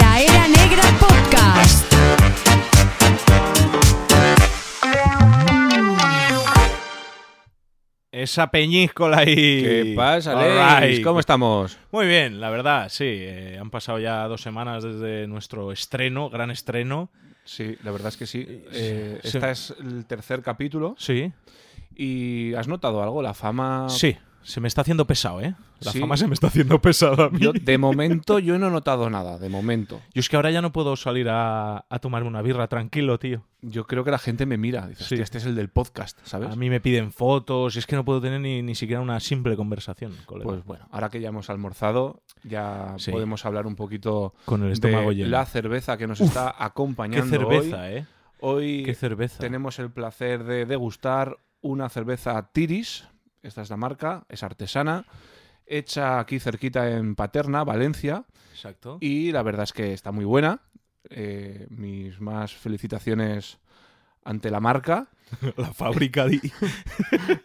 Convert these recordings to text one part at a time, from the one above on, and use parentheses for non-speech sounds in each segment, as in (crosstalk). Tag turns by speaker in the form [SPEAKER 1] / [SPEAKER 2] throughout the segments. [SPEAKER 1] La Era Negra Podcast.
[SPEAKER 2] Esa peñíscola ahí.
[SPEAKER 3] ¿Qué pasa,
[SPEAKER 2] All
[SPEAKER 3] Leis?
[SPEAKER 2] right.
[SPEAKER 3] ¿Cómo estamos?
[SPEAKER 2] Muy bien, la verdad, sí. eh, han pasado ya dos semanas desde nuestro estreno, gran estreno.
[SPEAKER 3] Sí, la verdad es que sí.
[SPEAKER 2] Eh, sí.
[SPEAKER 3] Este es el tercer capítulo.
[SPEAKER 2] Sí.
[SPEAKER 3] ¿Y has notado algo? La fama...
[SPEAKER 2] Sí, se me está haciendo pesado, ¿eh? La
[SPEAKER 3] Sí.
[SPEAKER 2] fama se me está haciendo pesada a mí.
[SPEAKER 3] Yo,
[SPEAKER 2] Yo,
[SPEAKER 3] de momento yo no he notado nada, de momento.
[SPEAKER 2] es que ahora ya no puedo salir a, a tomarme una birra tranquilo, tío.
[SPEAKER 3] Yo creo que la gente me mira. Dice,
[SPEAKER 2] Sí.
[SPEAKER 3] "Hostia, este es el del podcast, ¿sabes?
[SPEAKER 2] A mí me piden fotos y es que no puedo tener ni, ni siquiera una simple conversación, colega.
[SPEAKER 3] Pues bueno, ahora que ya hemos almorzado, ya
[SPEAKER 2] Sí.
[SPEAKER 3] podemos hablar un poquito
[SPEAKER 2] Con el estómago
[SPEAKER 3] de
[SPEAKER 2] lleno.
[SPEAKER 3] la cerveza que nos está
[SPEAKER 2] Qué
[SPEAKER 3] acompañando
[SPEAKER 2] cerveza, ¿eh?
[SPEAKER 3] hoy.
[SPEAKER 2] Qué
[SPEAKER 3] Hoy
[SPEAKER 2] cerveza.
[SPEAKER 3] tenemos el placer de degustar una cerveza Tiris. Esta es la marca, es artesana, hecha aquí cerquita en Paterna, Valencia.
[SPEAKER 2] Exacto.
[SPEAKER 3] Y la verdad es que está muy buena. Eh, mis más felicitaciones ante la marca.
[SPEAKER 2] (laughs) la fábrica de...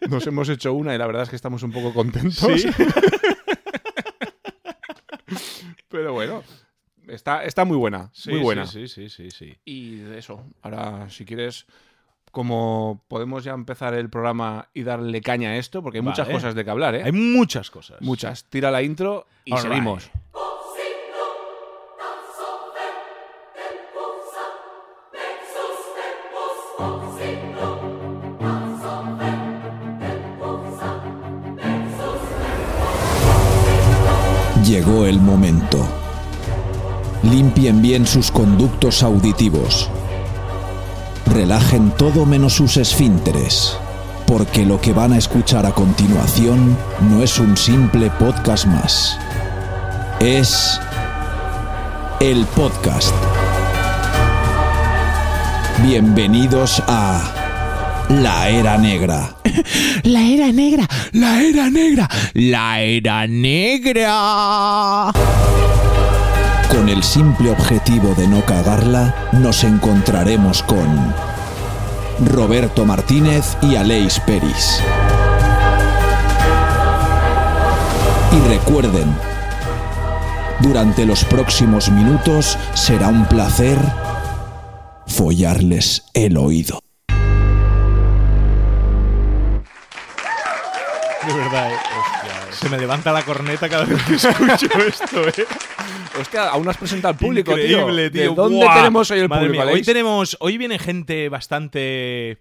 [SPEAKER 3] Nos (laughs) hemos hecho una y la verdad es que estamos un poco contentos.
[SPEAKER 2] (laughs) Sí.
[SPEAKER 3] (laughs) Pero bueno, está, está muy buena.
[SPEAKER 2] Sí,
[SPEAKER 3] muy buena.
[SPEAKER 2] Sí, sí, sí, sí, sí.
[SPEAKER 3] Y de eso, ahora si quieres, como podemos ya empezar el programa y darle caña a esto, porque hay muchas
[SPEAKER 2] Vale.
[SPEAKER 3] cosas de que hablar, ¿eh?
[SPEAKER 2] Hay muchas cosas.
[SPEAKER 3] Muchas. Tira la intro y
[SPEAKER 2] All
[SPEAKER 3] seguimos.
[SPEAKER 2] right.
[SPEAKER 4] Llegó el momento. Limpien bien sus conductos auditivos. Relajen todo menos sus esfínteres, porque lo que van a escuchar a continuación no es un simple podcast más. Es el podcast. Bienvenidos a La Era Negra. La Era Negra, la Era Negra, la Era Negra. Con el simple objetivo de no cagarla, nos encontraremos con Roberto Martínez y Aleix Peris. Y recuerden, durante los próximos minutos será un placer follarles el oído.
[SPEAKER 2] (laughs) De verdad, eh.
[SPEAKER 3] (laughs)
[SPEAKER 2] Se me levanta la corneta cada vez que (laughs) escucho esto, eh.
[SPEAKER 3] Hostia, aún no has presentado al público,
[SPEAKER 2] Increíble, tío.
[SPEAKER 3] ¿De dónde
[SPEAKER 2] Buah.
[SPEAKER 3] tenemos hoy el
[SPEAKER 2] Madre
[SPEAKER 3] público?
[SPEAKER 2] mía, hoy
[SPEAKER 3] Aleix?
[SPEAKER 2] tenemos. Hoy viene gente bastante.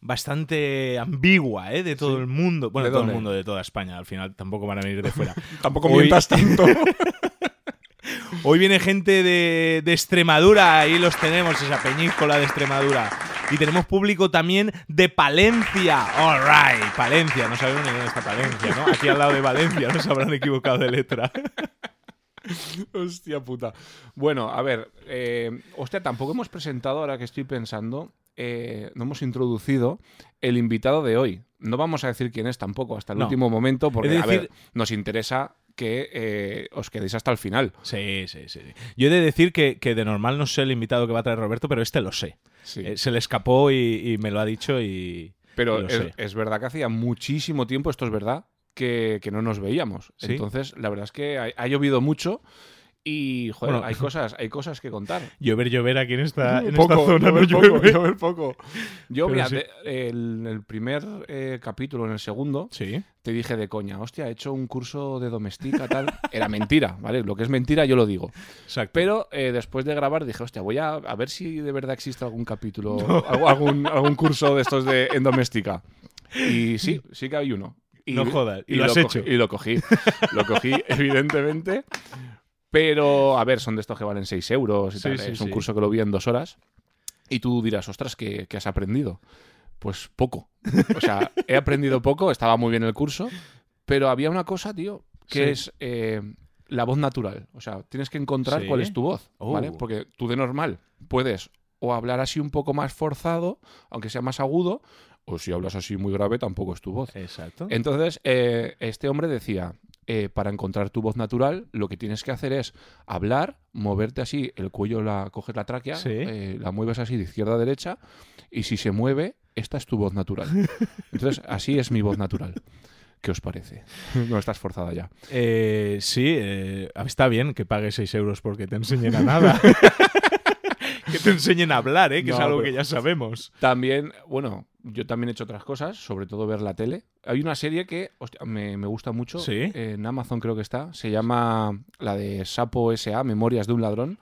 [SPEAKER 2] Bastante ambigua, ¿eh? De todo el mundo. Bueno,
[SPEAKER 3] ¿De
[SPEAKER 2] de todo
[SPEAKER 3] dónde?
[SPEAKER 2] el mundo, de toda España. Al final tampoco van a venir de
[SPEAKER 3] (laughs)
[SPEAKER 2] fuera.
[SPEAKER 3] Tampoco
[SPEAKER 2] hoy-
[SPEAKER 3] mientas tanto.
[SPEAKER 2] Hoy viene gente de, de Extremadura, ahí los tenemos, esa peñíscola de Extremadura. Y tenemos público también de Palencia. All right, Palencia. No sabemos ni dónde está Palencia, ¿no? Aquí al lado de Valencia, nos habrán equivocado de letra.
[SPEAKER 3] Hostia puta. Bueno, a ver. eh, hostia, tampoco hemos presentado, ahora que estoy pensando, eh, no hemos introducido el invitado de hoy. No vamos a decir quién es tampoco hasta el
[SPEAKER 2] No.
[SPEAKER 3] último momento, porque,
[SPEAKER 2] Es
[SPEAKER 3] a
[SPEAKER 2] decir-
[SPEAKER 3] ver, nos interesa que eh, os quedéis hasta el final.
[SPEAKER 2] Sí, sí, sí. sí. Yo he de decir que, que de normal no sé el invitado que va a traer Roberto, pero este lo sé.
[SPEAKER 3] Sí.
[SPEAKER 2] Eh, se le escapó y, y me lo ha dicho y. y
[SPEAKER 3] Pero
[SPEAKER 2] lo
[SPEAKER 3] es,
[SPEAKER 2] sé.
[SPEAKER 3] es verdad que hacía muchísimo tiempo, esto es verdad, que, que no nos veíamos.
[SPEAKER 2] Sí.
[SPEAKER 3] Entonces, la verdad es que ha, ha llovido mucho y, joder,
[SPEAKER 2] Bueno.
[SPEAKER 3] hay, cosas, hay cosas que contar.
[SPEAKER 2] Llover, llover aquí en esta, en
[SPEAKER 3] Poco,
[SPEAKER 2] esta zona no
[SPEAKER 3] llover poco,
[SPEAKER 2] llueve.
[SPEAKER 3] llover poco. Yo,
[SPEAKER 2] Pero
[SPEAKER 3] mira,
[SPEAKER 2] sí.
[SPEAKER 3] de- el, el primer eh, capítulo, en el segundo,
[SPEAKER 2] Sí.
[SPEAKER 3] te dije de coña, hostia, he hecho un curso de doméstica, tal. Era mentira, ¿vale? Lo que es mentira yo lo digo.
[SPEAKER 2] Exacto.
[SPEAKER 3] Pero eh, después de grabar dije, hostia, voy a, a ver si de verdad existe algún capítulo, algo- algún, algún curso de estos de,
[SPEAKER 2] (laughs)
[SPEAKER 3] en doméstica. Y sí, sí que hay uno. Y,
[SPEAKER 2] No jodas, y lo has
[SPEAKER 3] cogí-
[SPEAKER 2] hecho.
[SPEAKER 3] Y lo cogí. Lo
[SPEAKER 2] (laughs)
[SPEAKER 3] cogí, evidentemente. Pero, a ver, son de estos que valen 6 euros y
[SPEAKER 2] Sí,
[SPEAKER 3] tal. ¿eh?
[SPEAKER 2] sí,
[SPEAKER 3] es un
[SPEAKER 2] sí.
[SPEAKER 3] curso que lo vi en dos horas. Y tú dirás, ostras, ¿qué, qué has aprendido? Pues poco. O sea, he aprendido poco, estaba muy bien el curso, pero había una cosa, tío, que
[SPEAKER 2] Sí.
[SPEAKER 3] es eh, la voz natural. O sea, tienes que encontrar
[SPEAKER 2] Sí.
[SPEAKER 3] cuál es tu voz,
[SPEAKER 2] Oh.
[SPEAKER 3] ¿vale? Porque tú de normal puedes o hablar así un poco más forzado, aunque sea más agudo, o si hablas así muy grave tampoco es tu voz.
[SPEAKER 2] Exacto.
[SPEAKER 3] Entonces, eh, este hombre decía, eh, para encontrar tu voz natural, lo que tienes que hacer es hablar, moverte así, el cuello, la, coges la tráquea,
[SPEAKER 2] Sí.
[SPEAKER 3] eh, la mueves así de izquierda a derecha,
[SPEAKER 2] (laughs)
[SPEAKER 3] y si se mueve, esta es tu voz natural. Entonces, así es mi voz natural. ¿Qué
[SPEAKER 2] (laughs)
[SPEAKER 3] os parece? No estás forzada ya.
[SPEAKER 2] Eh, sí, eh, está bien que pagues 6 euros porque te enseñen
[SPEAKER 3] (laughs)
[SPEAKER 2] a nada. (laughs) que te enseñen a hablar, ¿eh? que es
[SPEAKER 3] No,
[SPEAKER 2] algo
[SPEAKER 3] pero-
[SPEAKER 2] que ya sabemos.
[SPEAKER 3] También, bueno, yo también he hecho otras cosas, sobre todo ver la tele. Hay una serie que hostia, me, me gusta mucho,
[SPEAKER 2] Sí.
[SPEAKER 3] en Amazon creo que está, se llama la de Sapo S.A., Memorias de un ladrón,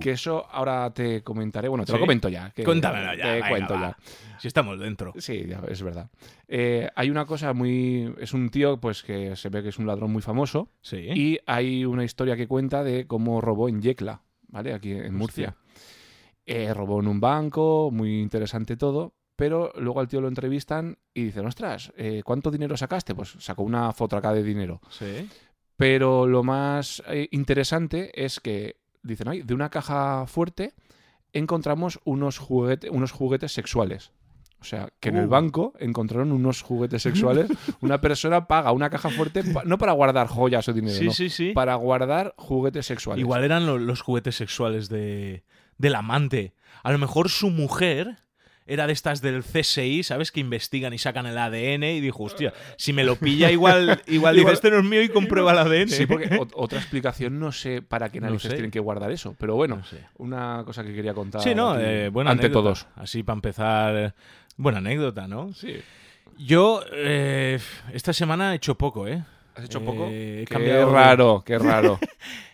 [SPEAKER 3] que eso ahora te comentaré, bueno, te
[SPEAKER 2] Uh. ¿Sí?
[SPEAKER 3] lo comento ya. Oh, Que
[SPEAKER 2] Cuéntamelo ya.
[SPEAKER 3] Te
[SPEAKER 2] venga,
[SPEAKER 3] cuento
[SPEAKER 2] va.
[SPEAKER 3] ya.
[SPEAKER 2] Si estamos dentro.
[SPEAKER 3] Sí, ya, es verdad. Eh, hay una cosa muy... Es un tío pues que se ve que es un ladrón muy famoso
[SPEAKER 2] Sí.
[SPEAKER 3] y hay una historia que cuenta de cómo robó en Yecla, ¿vale? Aquí en Murcia. Eh, robó en un banco, muy interesante todo, pero luego al tío lo entrevistan y dicen, ostras, eh, ¿cuánto dinero sacaste? Pues sacó una fotraca de dinero.
[SPEAKER 2] Sí.
[SPEAKER 3] Pero lo más eh, interesante es que dicen, ay, de una caja fuerte encontramos unos, juguete- unos juguetes sexuales. O sea, que en el
[SPEAKER 2] Uh.
[SPEAKER 3] banco encontraron unos juguetes
[SPEAKER 2] (laughs)
[SPEAKER 3] sexuales. Una persona paga una caja fuerte, pa- no para guardar joyas o dinero,
[SPEAKER 2] Sí,
[SPEAKER 3] no,
[SPEAKER 2] sí, sí.
[SPEAKER 3] para guardar juguetes sexuales.
[SPEAKER 2] Igual eran lo- los juguetes sexuales de, del amante. A lo mejor su mujer era de estas del CSI, ¿sabes? Que investigan y sacan el ADN y dijo, hostia, si me lo pilla igual, igual, dice,
[SPEAKER 3] (laughs) Igual-
[SPEAKER 2] este no es mío y comprueba el ADN.
[SPEAKER 3] Sí,
[SPEAKER 2] (laughs)
[SPEAKER 3] porque ot- otra explicación no sé para qué
[SPEAKER 2] ¿eh? No
[SPEAKER 3] narices
[SPEAKER 2] sé.
[SPEAKER 3] tienen que guardar eso. Pero bueno,
[SPEAKER 2] No sé.
[SPEAKER 3] una cosa que quería contar.
[SPEAKER 2] Sí, no,
[SPEAKER 3] aquí,
[SPEAKER 2] eh, buena
[SPEAKER 3] ante
[SPEAKER 2] anécdota.
[SPEAKER 3] todos.
[SPEAKER 2] Así para empezar, eh, buena anécdota, ¿no?
[SPEAKER 3] Sí.
[SPEAKER 2] Yo eh, esta semana he hecho poco, ¿eh?
[SPEAKER 3] ¿Has hecho poco?
[SPEAKER 2] Eh, he
[SPEAKER 3] qué
[SPEAKER 2] cambiado de-
[SPEAKER 3] raro, qué raro.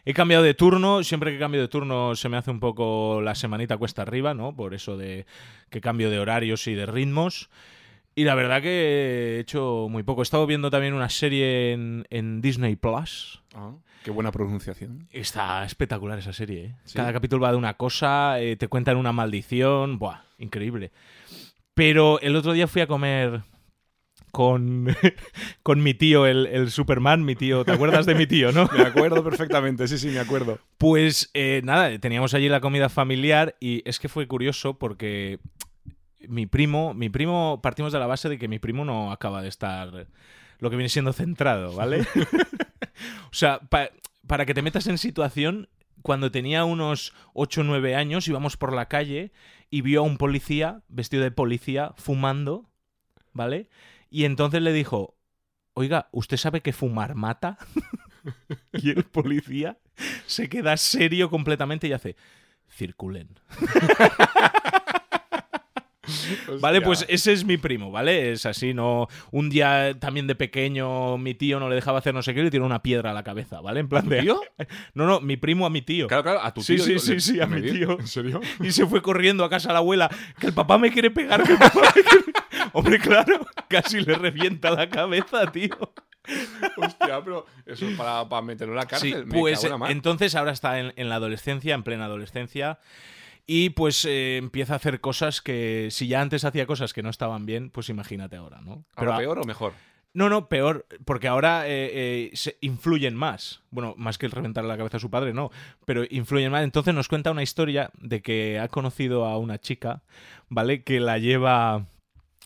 [SPEAKER 2] He cambiado de turno, siempre que cambio de turno se me hace un poco la semanita cuesta arriba, ¿no? Por eso de que cambio de horarios y de ritmos. Y la verdad que he hecho muy poco. He estado viendo también una serie en, en Disney Plus.
[SPEAKER 3] Ah, qué buena pronunciación.
[SPEAKER 2] Está espectacular esa serie, ¿eh?
[SPEAKER 3] Sí.
[SPEAKER 2] Cada capítulo va de una cosa, eh, te cuentan una maldición, buah, increíble. Pero el otro día fui a comer con, (laughs) con mi tío, el, el Superman, mi tío, ¿te acuerdas de mi tío,
[SPEAKER 3] (laughs)
[SPEAKER 2] no?
[SPEAKER 3] Me acuerdo perfectamente, sí, sí, me acuerdo.
[SPEAKER 2] Pues eh, nada, teníamos allí la comida familiar y es que fue curioso porque mi primo, mi primo, partimos de la base de que mi primo no acaba de estar lo que viene siendo centrado, ¿vale? o sea, pa- para que te metas en situación, cuando tenía unos 8 o 9 años íbamos por la calle y vio a un policía vestido de policía fumando, ¿vale? Y entonces le dijo, oiga, ¿usted sabe que fumar mata? y el policía se queda serio completamente y hace, circulen. Vale, pues ese es mi primo, ¿vale? Es así, no. Un día también de pequeño, mi tío no le dejaba hacer no sé qué y le tiró una piedra a la cabeza, ¿vale? En plan de.
[SPEAKER 3] ¿Tío?
[SPEAKER 2] No, no, mi primo a mi tío.
[SPEAKER 3] Claro, claro, a tu
[SPEAKER 2] Sí,
[SPEAKER 3] tío.
[SPEAKER 2] sí, sí, sí, a
[SPEAKER 3] ¿me
[SPEAKER 2] mi
[SPEAKER 3] di-
[SPEAKER 2] tío.
[SPEAKER 3] ¿En serio?
[SPEAKER 2] Y se fue corriendo a casa de la abuela. Que el papá me quiere pegar, que el papá me quiere- (laughs) Hombre, claro, casi le revienta la cabeza, tío.
[SPEAKER 3] Hostia, pero eso es para, para meterlo en la cárcel.
[SPEAKER 2] Sí,
[SPEAKER 3] me
[SPEAKER 2] pues
[SPEAKER 3] cago en la mar.
[SPEAKER 2] entonces ahora está en, en la adolescencia, en plena adolescencia, y pues eh, empieza a hacer cosas que si ya antes hacía cosas que no estaban bien, pues imagínate ahora, ¿no?
[SPEAKER 3] ¿Ahora
[SPEAKER 2] a-
[SPEAKER 3] peor o mejor?
[SPEAKER 2] No, no, peor, porque ahora eh, eh, se influyen más. Bueno, más que el reventarle la cabeza a su padre, no, pero influyen más. Entonces nos cuenta una historia de que ha conocido a una chica, ¿vale? Que la lleva...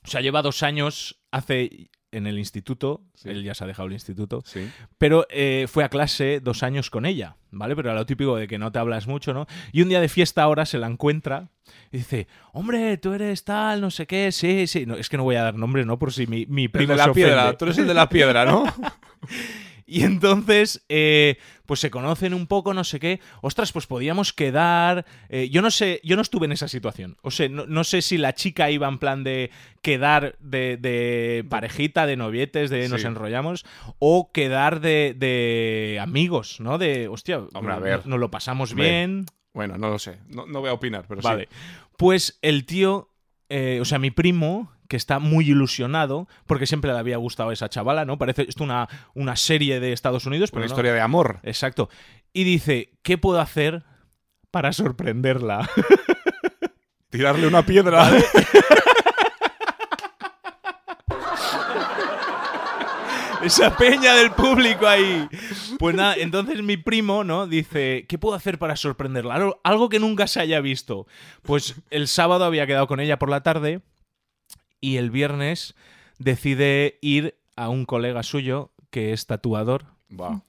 [SPEAKER 2] O sea, lleva dos años, hace en el instituto,
[SPEAKER 3] Sí.
[SPEAKER 2] él ya se ha dejado el instituto,
[SPEAKER 3] Sí.
[SPEAKER 2] pero eh, fue a clase dos años con ella, ¿vale? Pero era lo típico de que no te hablas mucho, ¿no? Y un día de fiesta ahora se la encuentra y dice, hombre, tú eres tal, no sé qué, sí, sí. No, es que no voy a dar nombres, ¿no? Por si mi, mi
[SPEAKER 3] El
[SPEAKER 2] primo
[SPEAKER 3] de
[SPEAKER 2] se
[SPEAKER 3] la
[SPEAKER 2] ofende.
[SPEAKER 3] piedra, tú eres el de la piedra, ¿no?
[SPEAKER 2] Y entonces, eh, pues se conocen un poco, no sé qué. Ostras, pues podíamos quedar. Eh, yo no sé, yo no estuve en esa situación. O sea, no, no sé si la chica iba en plan de quedar de, de parejita, de novietes, de nos
[SPEAKER 3] Sí.
[SPEAKER 2] enrollamos, o quedar de, de amigos, ¿no? De, hostia,
[SPEAKER 3] Hombre, a ver.
[SPEAKER 2] Nos, lo pasamos
[SPEAKER 3] Hombre.
[SPEAKER 2] bien.
[SPEAKER 3] (laughs) Bueno, no lo sé. No, no voy a opinar, pero
[SPEAKER 2] Vale.
[SPEAKER 3] sí.
[SPEAKER 2] Pues el tío, eh, o sea, mi primo, que está muy ilusionado, porque siempre le había gustado esa chavala, ¿no? Parece esto una, una serie de Estados Unidos, pero
[SPEAKER 3] Una
[SPEAKER 2] no.
[SPEAKER 3] historia de amor.
[SPEAKER 2] Exacto. Y dice, ¿qué puedo hacer para sorprenderla? (laughs)
[SPEAKER 3] Tirarle una piedra.
[SPEAKER 2] Esa peña del público ahí. Pues nada, entonces mi primo, ¿no? Dice, ¿qué puedo hacer para sorprenderla? Algo- Algo que nunca se haya visto. Pues el sábado había quedado con ella por la tarde y el viernes decide ir a un colega suyo que es tatuador
[SPEAKER 3] (laughs) Va,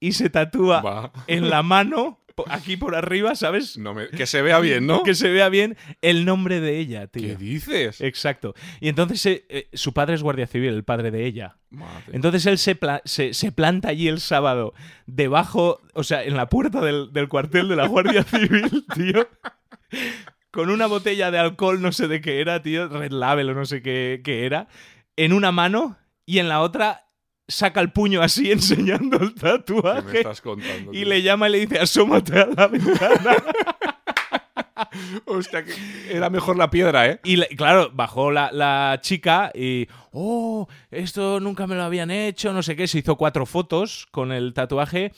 [SPEAKER 2] y se tatúa
[SPEAKER 3] va.
[SPEAKER 2] en la mano po- po- aquí por arriba, ¿sabes?
[SPEAKER 3] No me- Que se Eh, vea bien, ¿no?
[SPEAKER 2] Que se vea bien el nombre de ella,
[SPEAKER 3] ¿Qué
[SPEAKER 2] tío.
[SPEAKER 3] dices?
[SPEAKER 2] Exacto. Y entonces eh, eh, su padre es guardia civil, el padre de ella.
[SPEAKER 3] Madre.
[SPEAKER 2] Entonces él se, pla- se, se planta allí el sábado, debajo, o sea, en la puerta del, del cuartel de la Guardia (laughs) Civil, tío. Con una botella de alcohol, no sé de qué era, tío, Red Label o no sé qué, qué era, en una mano y en la otra saca el puño así (laughs) enseñando el
[SPEAKER 3] ¿Qué me
[SPEAKER 2] tatuaje
[SPEAKER 3] estás contando?
[SPEAKER 2] y
[SPEAKER 3] tío?
[SPEAKER 2] le llama y le dice, asómate a la ventana.
[SPEAKER 3] Hostia, que era mejor la piedra, ¿eh?
[SPEAKER 2] Y la- claro, bajó la, la chica y, oh, esto nunca me lo habían hecho, no sé qué, se hizo cuatro fotos con el tatuaje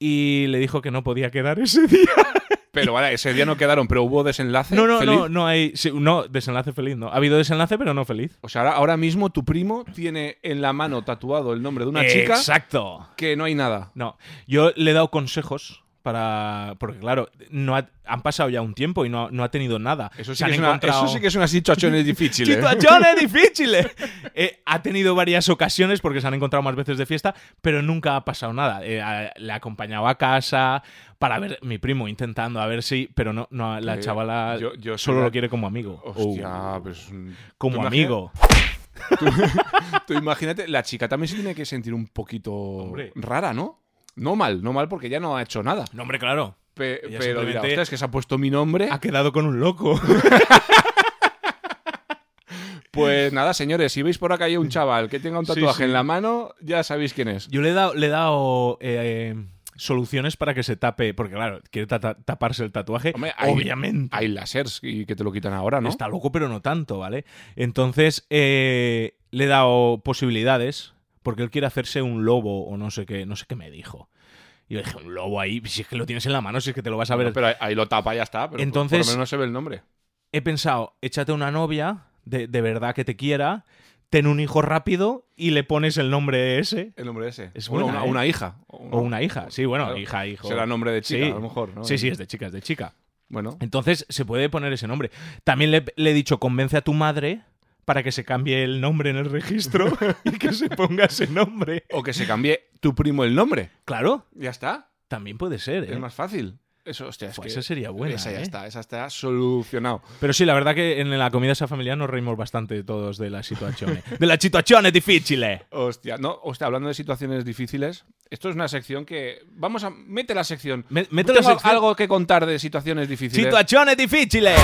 [SPEAKER 2] y le dijo que no podía quedar ese día.
[SPEAKER 3] (laughs) Pero vale, ese día no quedaron, pero hubo desenlace.
[SPEAKER 2] No, no,
[SPEAKER 3] feliz.
[SPEAKER 2] no, no hay, sí, no, desenlace feliz, no. Ha habido desenlace, pero no feliz.
[SPEAKER 3] O sea, ahora, ahora mismo tu primo tiene en la mano tatuado el nombre de una chica
[SPEAKER 2] Exacto.
[SPEAKER 3] que no hay nada.
[SPEAKER 2] No, yo le he dado consejos para, porque claro, no ha- han pasado ya un tiempo y no, no ha tenido nada.
[SPEAKER 3] Eso sí,
[SPEAKER 2] Se han
[SPEAKER 3] que es, una,
[SPEAKER 2] encontrado-
[SPEAKER 3] eso sí que es
[SPEAKER 2] (laughs)
[SPEAKER 3] una situación difícil. ¿eh?
[SPEAKER 2] Situaciones
[SPEAKER 3] (laughs)
[SPEAKER 2] difíciles. Eh, ha tenido varias ocasiones porque se han encontrado más veces de fiesta, pero nunca ha pasado nada. Eh, a- le acompañaba a casa para ver mi primo intentando a ver si, pero no, no la
[SPEAKER 3] Eh,
[SPEAKER 2] chavala
[SPEAKER 3] yo- yo soy
[SPEAKER 2] solo
[SPEAKER 3] la-
[SPEAKER 2] lo quiere como amigo.
[SPEAKER 3] Hostia,
[SPEAKER 2] Oh.
[SPEAKER 3] pues. mm, tú
[SPEAKER 2] como
[SPEAKER 3] imagina-
[SPEAKER 2] amigo.
[SPEAKER 3] (laughs) Tú imagínate, la chica también se tiene que sentir un poquito
[SPEAKER 2] Hombre.
[SPEAKER 3] rara, ¿no? No mal, no mal porque ya no ha hecho nada.
[SPEAKER 2] No, hombre, claro.
[SPEAKER 3] Pe-
[SPEAKER 2] Ella
[SPEAKER 3] pero dirá,
[SPEAKER 2] simplemente- Ah.
[SPEAKER 3] "Ostras, es que se ha puesto mi nombre.
[SPEAKER 2] Ha quedado con un
[SPEAKER 3] (laughs)
[SPEAKER 2] loco.
[SPEAKER 3] Pues nada, señores, si veis por acá
[SPEAKER 2] (laughs)
[SPEAKER 3] hay un chaval que tenga un
[SPEAKER 2] Sí,
[SPEAKER 3] tatuaje
[SPEAKER 2] sí.
[SPEAKER 3] en la mano, ya sabéis quién es.
[SPEAKER 2] Yo le he dado, le he dado eh, soluciones para que se tape, porque claro, quiere tata- taparse el tatuaje.
[SPEAKER 3] Hombre, hay-
[SPEAKER 2] obviamente.
[SPEAKER 3] Hay lasers y que te lo quitan ahora, ¿no?
[SPEAKER 2] Está loco, pero no tanto, ¿vale? Entonces, eh, le he dado posibilidades, porque él quiere hacerse un lobo o no sé qué, no sé qué me dijo. Y yo dije, un lobo ahí, si es que lo tienes en la mano, si es que te lo vas a ver.
[SPEAKER 3] No, pero ahí, ahí lo tapa, ya está. Pero
[SPEAKER 2] Entonces-
[SPEAKER 3] Entonces, por, lo menos no se ve el nombre.
[SPEAKER 2] He pensado, échate una novia de, de verdad que te quiera, ten un hijo rápido y le pones el nombre ese.
[SPEAKER 3] El nombre ese.
[SPEAKER 2] Es
[SPEAKER 3] Bueno,
[SPEAKER 2] buena,
[SPEAKER 3] una,
[SPEAKER 2] ¿eh?
[SPEAKER 3] una hija.
[SPEAKER 2] O una hija, sí, bueno,
[SPEAKER 3] Claro.
[SPEAKER 2] hija, hijo.
[SPEAKER 3] Será nombre de chica,
[SPEAKER 2] Sí.
[SPEAKER 3] a lo mejor. ¿no?
[SPEAKER 2] Sí, sí, es de chica, es de chica.
[SPEAKER 3] Bueno,
[SPEAKER 2] Entonces se puede poner ese nombre. También le, le he dicho, convence a tu madre para que se cambie el nombre en el registro (laughs) y que se ponga ese nombre.
[SPEAKER 3] o que se cambie tu primo el nombre.
[SPEAKER 2] Claro,
[SPEAKER 3] Ya está.
[SPEAKER 2] también puede ser. ¿eh?
[SPEAKER 3] Es más fácil. Eso, hostia, es
[SPEAKER 2] Pues
[SPEAKER 3] que
[SPEAKER 2] esa sería buena,
[SPEAKER 3] Esa ya
[SPEAKER 2] ¿eh?
[SPEAKER 3] está, esa está solucionado.
[SPEAKER 2] Pero sí, la verdad que en la comida esa familiar nos reímos bastante todos de las situaciones. de las situaciones difíciles.
[SPEAKER 3] Hostia, no, hostia, hablando de situaciones difíciles, esto es una sección que. Vamos a. Mete la sección.
[SPEAKER 2] Me- mete la
[SPEAKER 3] Tengo
[SPEAKER 2] sección.
[SPEAKER 3] algo que contar de situaciones difíciles.
[SPEAKER 2] Situaciones difíciles.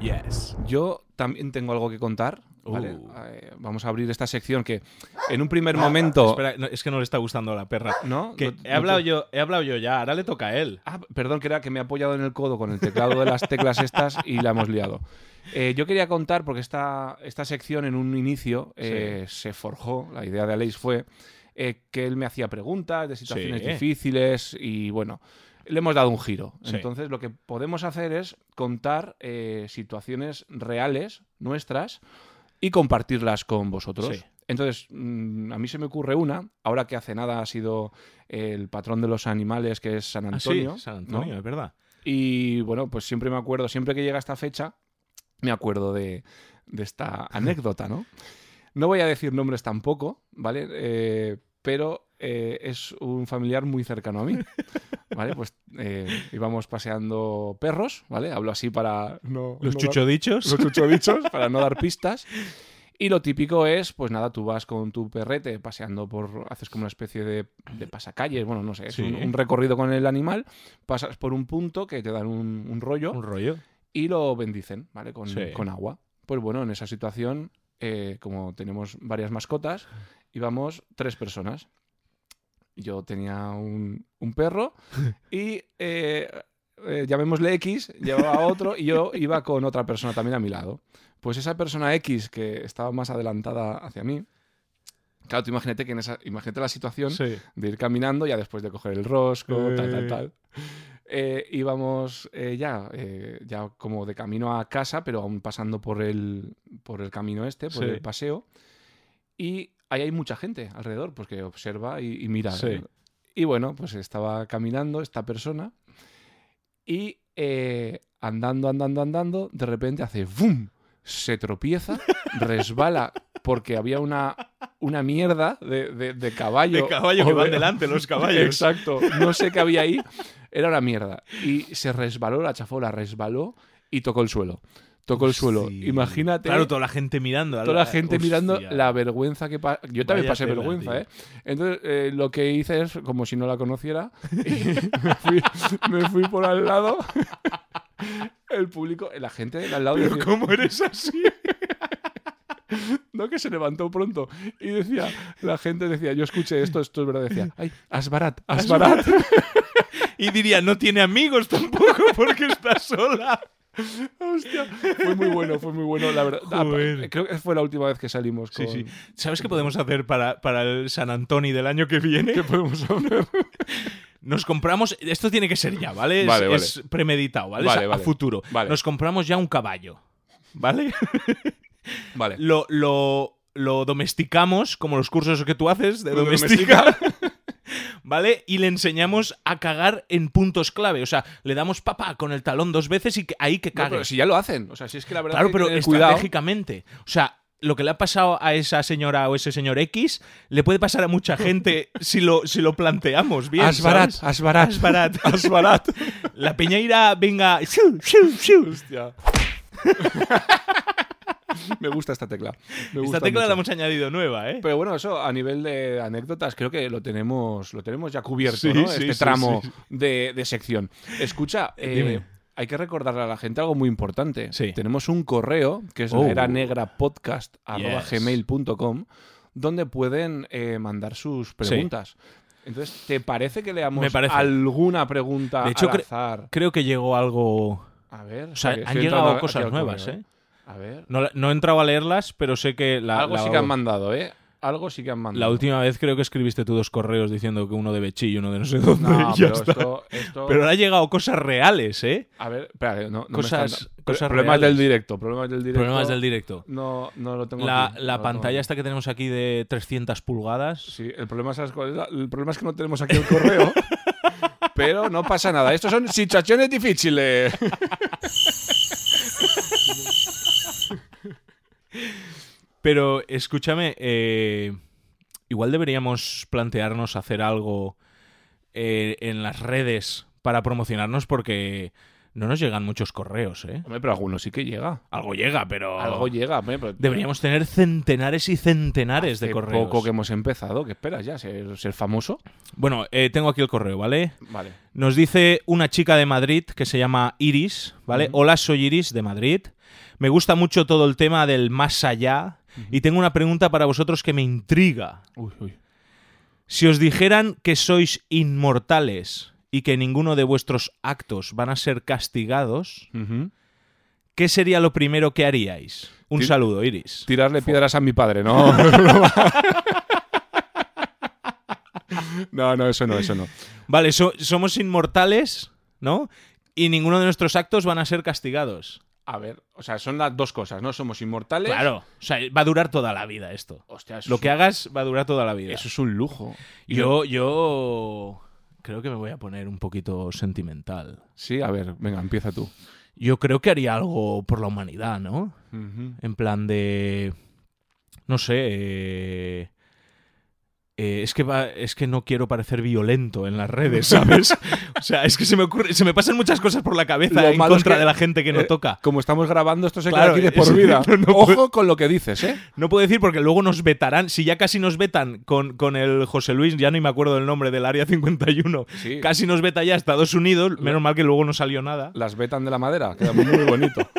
[SPEAKER 2] Yes.
[SPEAKER 3] Yo también tengo algo que contar. ¿vale?
[SPEAKER 2] Uh.
[SPEAKER 3] Eh, vamos a abrir esta sección que en un primer momento.
[SPEAKER 2] Ah, Espera, no, es que no le está gustando a la perra.
[SPEAKER 3] Oh. No,
[SPEAKER 2] Que
[SPEAKER 3] no-
[SPEAKER 2] he,
[SPEAKER 3] no
[SPEAKER 2] hablado
[SPEAKER 3] te-
[SPEAKER 2] yo, he hablado yo ya, ahora le toca a él.
[SPEAKER 3] Ah, perdón, que era que me he apoyado en el codo con el teclado de las teclas estas y la hemos liado. Eh, yo quería contar, porque esta, esta sección en un inicio eh, se forjó, la idea de Aleix fue eh, que él me hacía preguntas de situaciones
[SPEAKER 2] Sí.
[SPEAKER 3] difíciles y bueno, le hemos dado un giro.
[SPEAKER 2] Sí.
[SPEAKER 3] Entonces lo que podemos hacer es contar eh, situaciones reales nuestras y compartirlas con vosotros.
[SPEAKER 2] Sí.
[SPEAKER 3] Entonces, mm, a mí se me ocurre una, ahora que hace nada ha sido el patrón de los animales, que es San
[SPEAKER 2] Ah, sí,
[SPEAKER 3] Antonio.
[SPEAKER 2] San
[SPEAKER 3] ¿no?
[SPEAKER 2] Antonio, es verdad.
[SPEAKER 3] Y bueno, pues siempre me acuerdo, siempre que llega esta fecha, me acuerdo de, de esta
[SPEAKER 2] (laughs)
[SPEAKER 3] anécdota, ¿no? No voy a decir nombres tampoco, ¿vale? Eh, pero eh, es un familiar muy cercano a mí, ¿vale? Pues eh, íbamos paseando perros, ¿vale? Hablo así para... No,
[SPEAKER 2] Los
[SPEAKER 3] no dar-
[SPEAKER 2] chuchodichos.
[SPEAKER 3] los chuchodichos, para no dar pistas. Y lo típico es, pues nada, tú vas con tu perrete paseando por. haces como una especie de, de pasacalles, bueno, no sé, es
[SPEAKER 2] Sí.
[SPEAKER 3] un, un recorrido con el animal, pasas por un punto que te dan un, un rollo
[SPEAKER 2] Un rollo.
[SPEAKER 3] y lo bendicen, ¿vale? Con,
[SPEAKER 2] Sí.
[SPEAKER 3] con agua. Pues bueno, en esa situación, eh, como tenemos varias mascotas, íbamos tres personas. Yo tenía un, un perro y eh, eh, llamémosle X, llevaba otro y yo iba con otra persona también a mi lado. Pues esa persona X que estaba más adelantada hacia mí, claro, tú imagínate, que en esa, imagínate la situación
[SPEAKER 2] Sí.
[SPEAKER 3] de ir caminando, ya después de coger el rosco, tal,
[SPEAKER 2] Eh.
[SPEAKER 3] tal, tal. Eh, íbamos eh, ya, eh, ya como de camino a casa, pero aún pasando por el, por el camino este, por
[SPEAKER 2] Sí.
[SPEAKER 3] el paseo. Y ahí hay mucha gente alrededor, pues que observa y, y mira.
[SPEAKER 2] Sí.
[SPEAKER 3] Y bueno, pues estaba caminando esta persona y eh, andando, andando, andando, de repente hace ¡boom! se tropieza, resbala porque había una, una mierda de, de- de caballo.
[SPEAKER 2] De caballo
[SPEAKER 3] o
[SPEAKER 2] que van
[SPEAKER 3] de-
[SPEAKER 2] delante,
[SPEAKER 3] (laughs)
[SPEAKER 2] los caballos.
[SPEAKER 3] Exacto. No sé qué había ahí. Era una mierda. Y se resbaló, la chafó, la resbaló y tocó el suelo. Tocó el suelo.
[SPEAKER 2] Sí.
[SPEAKER 3] Imagínate
[SPEAKER 2] Claro, toda la gente mirando.
[SPEAKER 3] toda la gente
[SPEAKER 2] Hostia.
[SPEAKER 3] mirando la vergüenza que pa- Yo también
[SPEAKER 2] Vaya
[SPEAKER 3] pasé
[SPEAKER 2] tela,
[SPEAKER 3] vergüenza,
[SPEAKER 2] tío.
[SPEAKER 3] ¿eh? Entonces, eh, lo que hice es, como si no la conociera, (laughs) y me, fui, me fui por al lado. (laughs) El público, la gente del al lado.
[SPEAKER 2] Pero (laughs)
[SPEAKER 3] decía,
[SPEAKER 2] ¿cómo eres
[SPEAKER 3] (laughs)
[SPEAKER 2] así?
[SPEAKER 3] No, que se levantó pronto. Y decía, la gente decía, yo escuché esto, esto es verdad. Decía, ay, Asbarat, Asbarat. (laughs)
[SPEAKER 2] Y diría, no tiene amigos tampoco porque está sola.
[SPEAKER 3] Hostia, fue muy bueno, fue muy bueno, la verdad. Ah,
[SPEAKER 2] Joder.
[SPEAKER 3] creo que fue la última vez que salimos
[SPEAKER 2] Sí,
[SPEAKER 3] con-
[SPEAKER 2] sí. ¿Sabes qué podemos hacer para, para el San Antoni del año que viene?
[SPEAKER 3] ¿Qué podemos hacer?
[SPEAKER 2] (laughs) Nos compramos. Esto tiene que ser ya, ¿vale? Es,
[SPEAKER 3] Vale, vale.
[SPEAKER 2] es premeditado, ¿vale? Es
[SPEAKER 3] Vale,
[SPEAKER 2] a- a,
[SPEAKER 3] vale.
[SPEAKER 2] futuro.
[SPEAKER 3] Vale.
[SPEAKER 2] Nos compramos ya un caballo,
[SPEAKER 3] (laughs)
[SPEAKER 2] ¿vale?
[SPEAKER 3] Vale.
[SPEAKER 2] lo, lo, lo domesticamos, como los cursos que tú haces de
[SPEAKER 3] Lo
[SPEAKER 2] domesticar. (laughs) ¿Vale? Y le enseñamos a cagar en puntos clave. O sea, le damos papá con el talón dos veces y que, ahí que
[SPEAKER 3] No,
[SPEAKER 2] cague.
[SPEAKER 3] pero si ya lo hacen. O sea, si es que la verdad
[SPEAKER 2] Claro,
[SPEAKER 3] es que
[SPEAKER 2] pero
[SPEAKER 3] tener cuidado.
[SPEAKER 2] estratégicamente. O sea, lo que le ha pasado a esa señora o ese señor X le puede pasar a mucha
[SPEAKER 3] (laughs)
[SPEAKER 2] gente si lo, si lo planteamos bien.
[SPEAKER 3] Asbarat,
[SPEAKER 2] ¿sabes?
[SPEAKER 3] Asbarat. (laughs)
[SPEAKER 2] Asbarat. (laughs) La peña irá, venga. ¡shiu, shiu, shiu!
[SPEAKER 3] Hostia. (laughs) Me gusta esta tecla. Me gusta
[SPEAKER 2] Esta tecla
[SPEAKER 3] mucho.
[SPEAKER 2] la hemos añadido nueva, ¿eh?
[SPEAKER 3] Pero bueno, eso a nivel de anécdotas, creo que lo tenemos, lo tenemos ya cubierto,
[SPEAKER 2] Sí,
[SPEAKER 3] ¿no?
[SPEAKER 2] sí,
[SPEAKER 3] este
[SPEAKER 2] sí,
[SPEAKER 3] tramo
[SPEAKER 2] sí,
[SPEAKER 3] De, de sección. Escucha, eh,
[SPEAKER 2] (laughs) Dime.
[SPEAKER 3] hay que recordarle a la gente algo muy importante.
[SPEAKER 2] Sí.
[SPEAKER 3] Tenemos un correo que es
[SPEAKER 2] Oh.
[SPEAKER 3] la era negra podcast
[SPEAKER 2] Yes.
[SPEAKER 3] donde pueden eh, mandar sus preguntas. Entonces, ¿te parece que leamos
[SPEAKER 2] Me parece.
[SPEAKER 3] alguna pregunta
[SPEAKER 2] De hecho,
[SPEAKER 3] al
[SPEAKER 2] cre-
[SPEAKER 3] azar?
[SPEAKER 2] Creo que llegó algo.
[SPEAKER 3] A ver,
[SPEAKER 2] O sea,
[SPEAKER 3] que
[SPEAKER 2] han
[SPEAKER 3] estoy entrando
[SPEAKER 2] llegado
[SPEAKER 3] aquí
[SPEAKER 2] cosas
[SPEAKER 3] al
[SPEAKER 2] nuevas,
[SPEAKER 3] correo,
[SPEAKER 2] ¿eh?
[SPEAKER 3] A ver.
[SPEAKER 2] No, la- no he entrado a leerlas, pero sé que la,
[SPEAKER 3] Algo
[SPEAKER 2] la-
[SPEAKER 3] sí que han mandado, ¿eh? Algo sí que han mandado.
[SPEAKER 2] la última vez creo que escribiste tú dos correos diciendo que uno de Bechí y uno de no sé dónde.
[SPEAKER 3] No,
[SPEAKER 2] y (laughs) ya
[SPEAKER 3] pero
[SPEAKER 2] está.
[SPEAKER 3] esto, esto-
[SPEAKER 2] Pero ahora han llegado cosas reales, ¿eh?
[SPEAKER 3] A ver, espera, que no, no me
[SPEAKER 2] Cosas-
[SPEAKER 3] están- Pro-
[SPEAKER 2] cosas
[SPEAKER 3] Problemas
[SPEAKER 2] reales.
[SPEAKER 3] del directo, problemas del directo.
[SPEAKER 2] Problemas del directo.
[SPEAKER 3] No, no lo tengo
[SPEAKER 2] La,
[SPEAKER 3] aquí,
[SPEAKER 2] la
[SPEAKER 3] no lo tengo
[SPEAKER 2] pantalla
[SPEAKER 3] aquí.
[SPEAKER 2] esta que tenemos aquí de 300 pulgadas.
[SPEAKER 3] Sí, el problema, ¿sabes cuál es? La- el problema es que no tenemos aquí el
[SPEAKER 2] (laughs)
[SPEAKER 3] correo. pero no pasa nada. Estos son situaciones difíciles.
[SPEAKER 2] Pero escúchame, eh, igual deberíamos plantearnos hacer algo eh, en las redes para promocionarnos porque no nos llegan muchos correos, ¿eh?
[SPEAKER 3] Hombre, pero alguno sí que llega.
[SPEAKER 2] Algo llega, pero...
[SPEAKER 3] Algo llega, hombre, pero-
[SPEAKER 2] Oh. Deberíamos tener centenares y centenares
[SPEAKER 3] Hace
[SPEAKER 2] de correos.
[SPEAKER 3] poco que hemos empezado. ¿Qué esperas ya? ¿Ser, ser famoso?
[SPEAKER 2] Bueno, eh, tengo aquí el correo, ¿vale?
[SPEAKER 3] Vale.
[SPEAKER 2] Nos dice una chica de Madrid que se llama Iris, ¿vale? Hola, soy Iris de Madrid. Me gusta mucho todo el tema del más allá y tengo una pregunta para vosotros que me intriga.
[SPEAKER 3] Uy, uy.
[SPEAKER 2] Si os dijeran que sois inmortales y que ninguno de vuestros actos van a ser castigados,
[SPEAKER 3] Ujú.
[SPEAKER 2] ¿qué sería lo primero que haríais? Un
[SPEAKER 3] Ti-
[SPEAKER 2] saludo, Iris.
[SPEAKER 3] Tirarle piedras a mi padre,
[SPEAKER 2] (laughs)
[SPEAKER 3] no. (laughs) No, no, eso no, eso no.
[SPEAKER 2] Vale, so- somos inmortales, ¿no? Y ninguno de nuestros actos van a ser castigados.
[SPEAKER 3] A ver, o sea, son las dos cosas, ¿no? Somos inmortales.
[SPEAKER 2] Claro, o sea, va a durar toda la vida esto.
[SPEAKER 3] Hostia, eso,
[SPEAKER 2] Lo
[SPEAKER 3] es
[SPEAKER 2] que
[SPEAKER 3] un-
[SPEAKER 2] hagas va a durar toda la vida.
[SPEAKER 3] eso es un lujo.
[SPEAKER 2] Yo, yo creo que me voy a poner un poquito sentimental.
[SPEAKER 3] Sí, a ver, venga, empieza tú.
[SPEAKER 2] Yo creo que haría algo por la humanidad, ¿no? En plan de. No sé. eh, eh, es, que va- es que no quiero parecer violento en las redes,
[SPEAKER 3] (laughs)
[SPEAKER 2] ¿sabes? o sea, es que se me ocurre, se me pasan muchas cosas por la cabeza
[SPEAKER 3] Lo
[SPEAKER 2] en
[SPEAKER 3] malo es
[SPEAKER 2] contra
[SPEAKER 3] que,
[SPEAKER 2] de la gente que no
[SPEAKER 3] eh,
[SPEAKER 2] toca.
[SPEAKER 3] Como estamos grabando, esto se
[SPEAKER 2] Claro,
[SPEAKER 3] queda aquí de por
[SPEAKER 2] es-
[SPEAKER 3] vida.
[SPEAKER 2] no, no
[SPEAKER 3] Ojo
[SPEAKER 2] puedo-
[SPEAKER 3] con lo que dices, ¿eh?
[SPEAKER 2] No puedo decir porque luego nos vetarán. Si ya casi nos vetan con, con el José Luis, ya ni me acuerdo del nombre del área 51.
[SPEAKER 3] Sí.
[SPEAKER 2] Casi nos veta ya Estados Unidos. Menos mal que luego no salió nada.
[SPEAKER 3] Las vetan de la madera, queda muy bonito.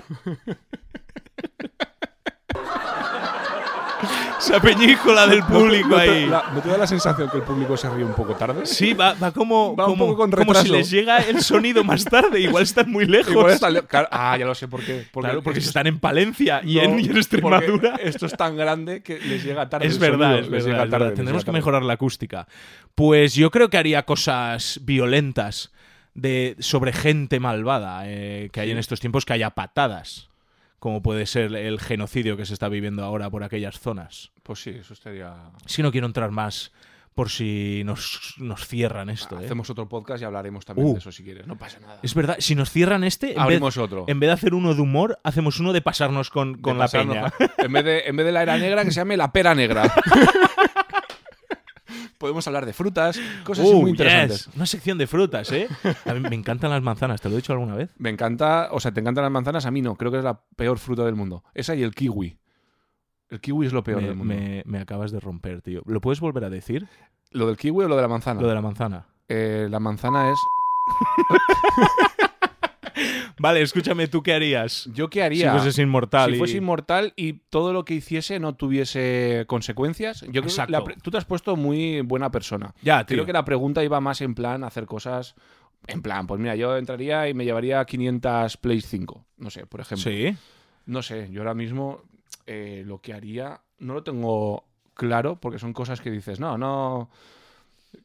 [SPEAKER 2] Se apeñijo la del (laughs) público
[SPEAKER 3] ¿No te-
[SPEAKER 2] ahí.
[SPEAKER 3] la- ¿No te da la sensación que el público se ríe un poco tarde?
[SPEAKER 2] Sí, va, va como,
[SPEAKER 3] Va un
[SPEAKER 2] como,
[SPEAKER 3] poco con
[SPEAKER 2] como si
[SPEAKER 3] retraso.
[SPEAKER 2] les llega el sonido más tarde. Igual están muy lejos.
[SPEAKER 3] (laughs) Igual está le- claro, ah, ya lo sé por qué. Porque
[SPEAKER 2] claro, porque
[SPEAKER 3] esto
[SPEAKER 2] están en Palencia y,
[SPEAKER 3] es-
[SPEAKER 2] en,
[SPEAKER 3] no,
[SPEAKER 2] y en Extremadura.
[SPEAKER 3] porque Esto es tan grande que les llega tarde.
[SPEAKER 2] Es
[SPEAKER 3] el
[SPEAKER 2] verdad,
[SPEAKER 3] sonido,
[SPEAKER 2] es
[SPEAKER 3] les
[SPEAKER 2] verdad,
[SPEAKER 3] llega
[SPEAKER 2] es
[SPEAKER 3] tarde,
[SPEAKER 2] verdad.
[SPEAKER 3] les
[SPEAKER 2] Tenemos
[SPEAKER 3] llega
[SPEAKER 2] que
[SPEAKER 3] tarde.
[SPEAKER 2] mejorar la acústica. Pues yo creo que haría cosas violentas de, sobre gente malvada eh, que hay en estos tiempos, que haya patadas, como puede ser el genocidio que se está viviendo ahora por aquellas zonas.
[SPEAKER 3] Pues sí, eso estaría.
[SPEAKER 2] Si no quiero entrar más por si nos, nos cierran esto. ¿eh?
[SPEAKER 3] Hacemos otro podcast y hablaremos también
[SPEAKER 2] Uh.
[SPEAKER 3] de eso si quieres. No pasa nada.
[SPEAKER 2] Es verdad, si nos cierran este, en vez,
[SPEAKER 3] Abrimos otro.
[SPEAKER 2] en vez de hacer uno de humor, hacemos uno de pasarnos con, con
[SPEAKER 3] De
[SPEAKER 2] la
[SPEAKER 3] pasarnos
[SPEAKER 2] (laughs) peña.
[SPEAKER 3] pa- En vez, de, en vez de la era negra, que se llame la pera
[SPEAKER 2] (laughs)
[SPEAKER 3] negra. Podemos hablar de frutas, cosas
[SPEAKER 2] Uh,
[SPEAKER 3] muy
[SPEAKER 2] yes,
[SPEAKER 3] interesantes.
[SPEAKER 2] Una sección de frutas, ¿eh? A mí me encantan las manzanas, ¿te lo he dicho alguna vez?
[SPEAKER 3] Me encanta, o sea, te encantan las manzanas, a mí no, creo que es la peor fruta del mundo. Esa y el kiwi. El kiwi es lo peor
[SPEAKER 2] me,
[SPEAKER 3] del mundo.
[SPEAKER 2] me- me acabas de romper, tío. ¿Lo puedes volver a decir?
[SPEAKER 3] ¿Lo del kiwi o lo de la manzana?
[SPEAKER 2] Lo de la manzana.
[SPEAKER 3] Eh, la manzana es.
[SPEAKER 2] Vale, escúchame, ¿tú qué harías?
[SPEAKER 3] ¿Yo qué
[SPEAKER 2] Si
[SPEAKER 3] haría?
[SPEAKER 2] fueses inmortal.
[SPEAKER 3] Si
[SPEAKER 2] y-
[SPEAKER 3] fuese inmortal y todo lo que hiciese no tuviese consecuencias. Yo creo que
[SPEAKER 2] Exacto.
[SPEAKER 3] la pre- tú te has puesto muy buena persona.
[SPEAKER 2] Ya, tío.
[SPEAKER 3] Creo que la pregunta iba más en plan hacer cosas. En plan, pues mira, yo entraría y me llevaría 500 Play 5. No sé, por ejemplo.
[SPEAKER 2] Sí.
[SPEAKER 3] No sé, yo ahora mismo eh, lo que haría no lo tengo claro porque son cosas que dices, no, no.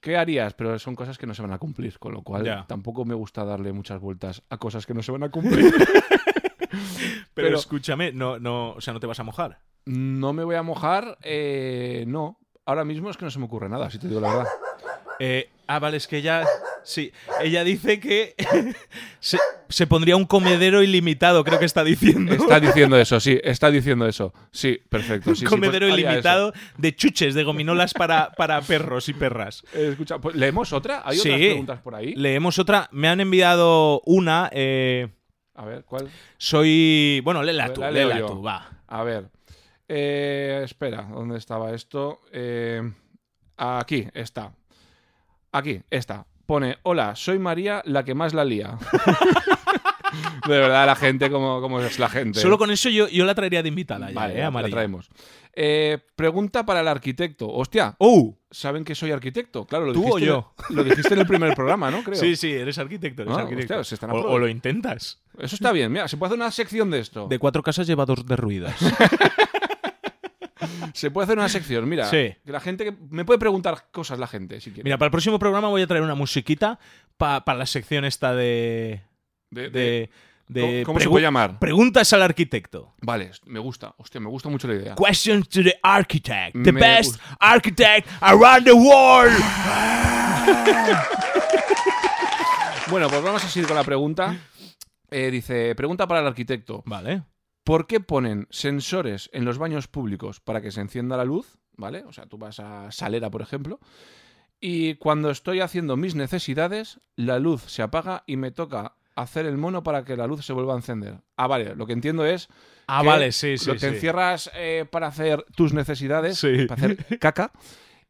[SPEAKER 3] ¿Qué harías? Pero son cosas que no se van a cumplir, con lo cual
[SPEAKER 2] Ya.
[SPEAKER 3] tampoco me gusta darle muchas vueltas a cosas que no se van a cumplir. (laughs)
[SPEAKER 2] Pero,
[SPEAKER 3] Pero-
[SPEAKER 2] escúchame, no, no, o sea, no te vas a mojar.
[SPEAKER 3] no me voy a mojar, eh, no. Ahora mismo es que no se me ocurre nada, si te digo la
[SPEAKER 2] (laughs)
[SPEAKER 3] verdad.
[SPEAKER 2] Eh, ah, vale, es que ella. Sí, ella dice que (laughs) se, se pondría un comedero ilimitado, creo que está diciendo.
[SPEAKER 3] Está diciendo eso, sí, está diciendo eso. Sí, perfecto. sí, sí,
[SPEAKER 2] un
[SPEAKER 3] pues
[SPEAKER 2] comedero
[SPEAKER 3] haría eso.
[SPEAKER 2] ilimitado de chuches, de gominolas para, para perros y perras.
[SPEAKER 3] Eh, escucha, pues, ¿leemos otra? ¿Hay otras
[SPEAKER 2] Sí.
[SPEAKER 3] preguntas por ahí?
[SPEAKER 2] Leemos otra. Me han enviado una. eh,
[SPEAKER 3] A ver, ¿cuál?
[SPEAKER 2] soy. Bueno, léela
[SPEAKER 3] Pues
[SPEAKER 2] tú,
[SPEAKER 3] la leo
[SPEAKER 2] léela
[SPEAKER 3] yo.
[SPEAKER 2] tú, va.
[SPEAKER 3] A ver. Eh, espera, ¿dónde estaba esto? Eh, aquí está. Aquí está. Pone, hola, soy María, la que más
[SPEAKER 2] (laughs)
[SPEAKER 3] la lía. de verdad, la gente, como, como es la gente.
[SPEAKER 2] Solo con eso yo, yo la traería de invitada ya,
[SPEAKER 3] Vale,
[SPEAKER 2] eh,
[SPEAKER 3] la-
[SPEAKER 2] a
[SPEAKER 3] la
[SPEAKER 2] María.
[SPEAKER 3] traemos. Eh, pregunta para el arquitecto. Hostia,
[SPEAKER 2] ¡Oh!
[SPEAKER 3] ¿saben que soy arquitecto? Claro, lo
[SPEAKER 2] ¿Tú o
[SPEAKER 3] dijiste,
[SPEAKER 2] yo?
[SPEAKER 3] Lo dijiste en el primer programa,
[SPEAKER 2] (laughs)
[SPEAKER 3] ¿no? Creo.
[SPEAKER 2] Sí, sí, eres arquitecto. eres
[SPEAKER 3] Ah,
[SPEAKER 2] arquitecto.
[SPEAKER 3] hostia, se están
[SPEAKER 2] o,
[SPEAKER 3] apro-
[SPEAKER 2] o lo intentas.
[SPEAKER 3] Eso está bien. Mira, se puede hacer una sección de esto.
[SPEAKER 2] De cuatro casas lleva dos
[SPEAKER 3] (laughs)
[SPEAKER 2] derruidas.
[SPEAKER 3] Se puede hacer una sección. Mira,
[SPEAKER 2] Sí.
[SPEAKER 3] que la gente que- me puede preguntar cosas la gente si quiere.
[SPEAKER 2] Mira, para el próximo programa voy a traer una musiquita para la sección esta de.
[SPEAKER 3] De- de-
[SPEAKER 2] de, de
[SPEAKER 3] ¿Cómo, cómo se
[SPEAKER 2] pregu-
[SPEAKER 3] puede llamar?
[SPEAKER 2] Preguntas al arquitecto.
[SPEAKER 3] Vale, me gusta. Hostia, me gusta mucho la idea.
[SPEAKER 2] Questions to the architect. The
[SPEAKER 3] Me
[SPEAKER 2] best
[SPEAKER 3] gusta.
[SPEAKER 2] architect around the
[SPEAKER 3] (sighs)
[SPEAKER 2] world.
[SPEAKER 3] Bueno, pues vamos a seguir con la pregunta. Eh, dice, pregunta para el arquitecto.
[SPEAKER 2] Vale.
[SPEAKER 3] ¿Por qué ponen sensores en los baños públicos para que se encienda la luz? ¿Vale? O sea, tú vas a Salera, por ejemplo. Y cuando estoy haciendo mis necesidades, la luz se apaga y me toca hacer el mono para que la luz se vuelva a encender. Ah, vale, lo que entiendo es
[SPEAKER 2] Ah,
[SPEAKER 3] que
[SPEAKER 2] vale, sí, sí.
[SPEAKER 3] lo- te
[SPEAKER 2] sí.
[SPEAKER 3] encierras eh, para hacer tus necesidades,
[SPEAKER 2] Sí. (laughs)
[SPEAKER 3] para hacer caca,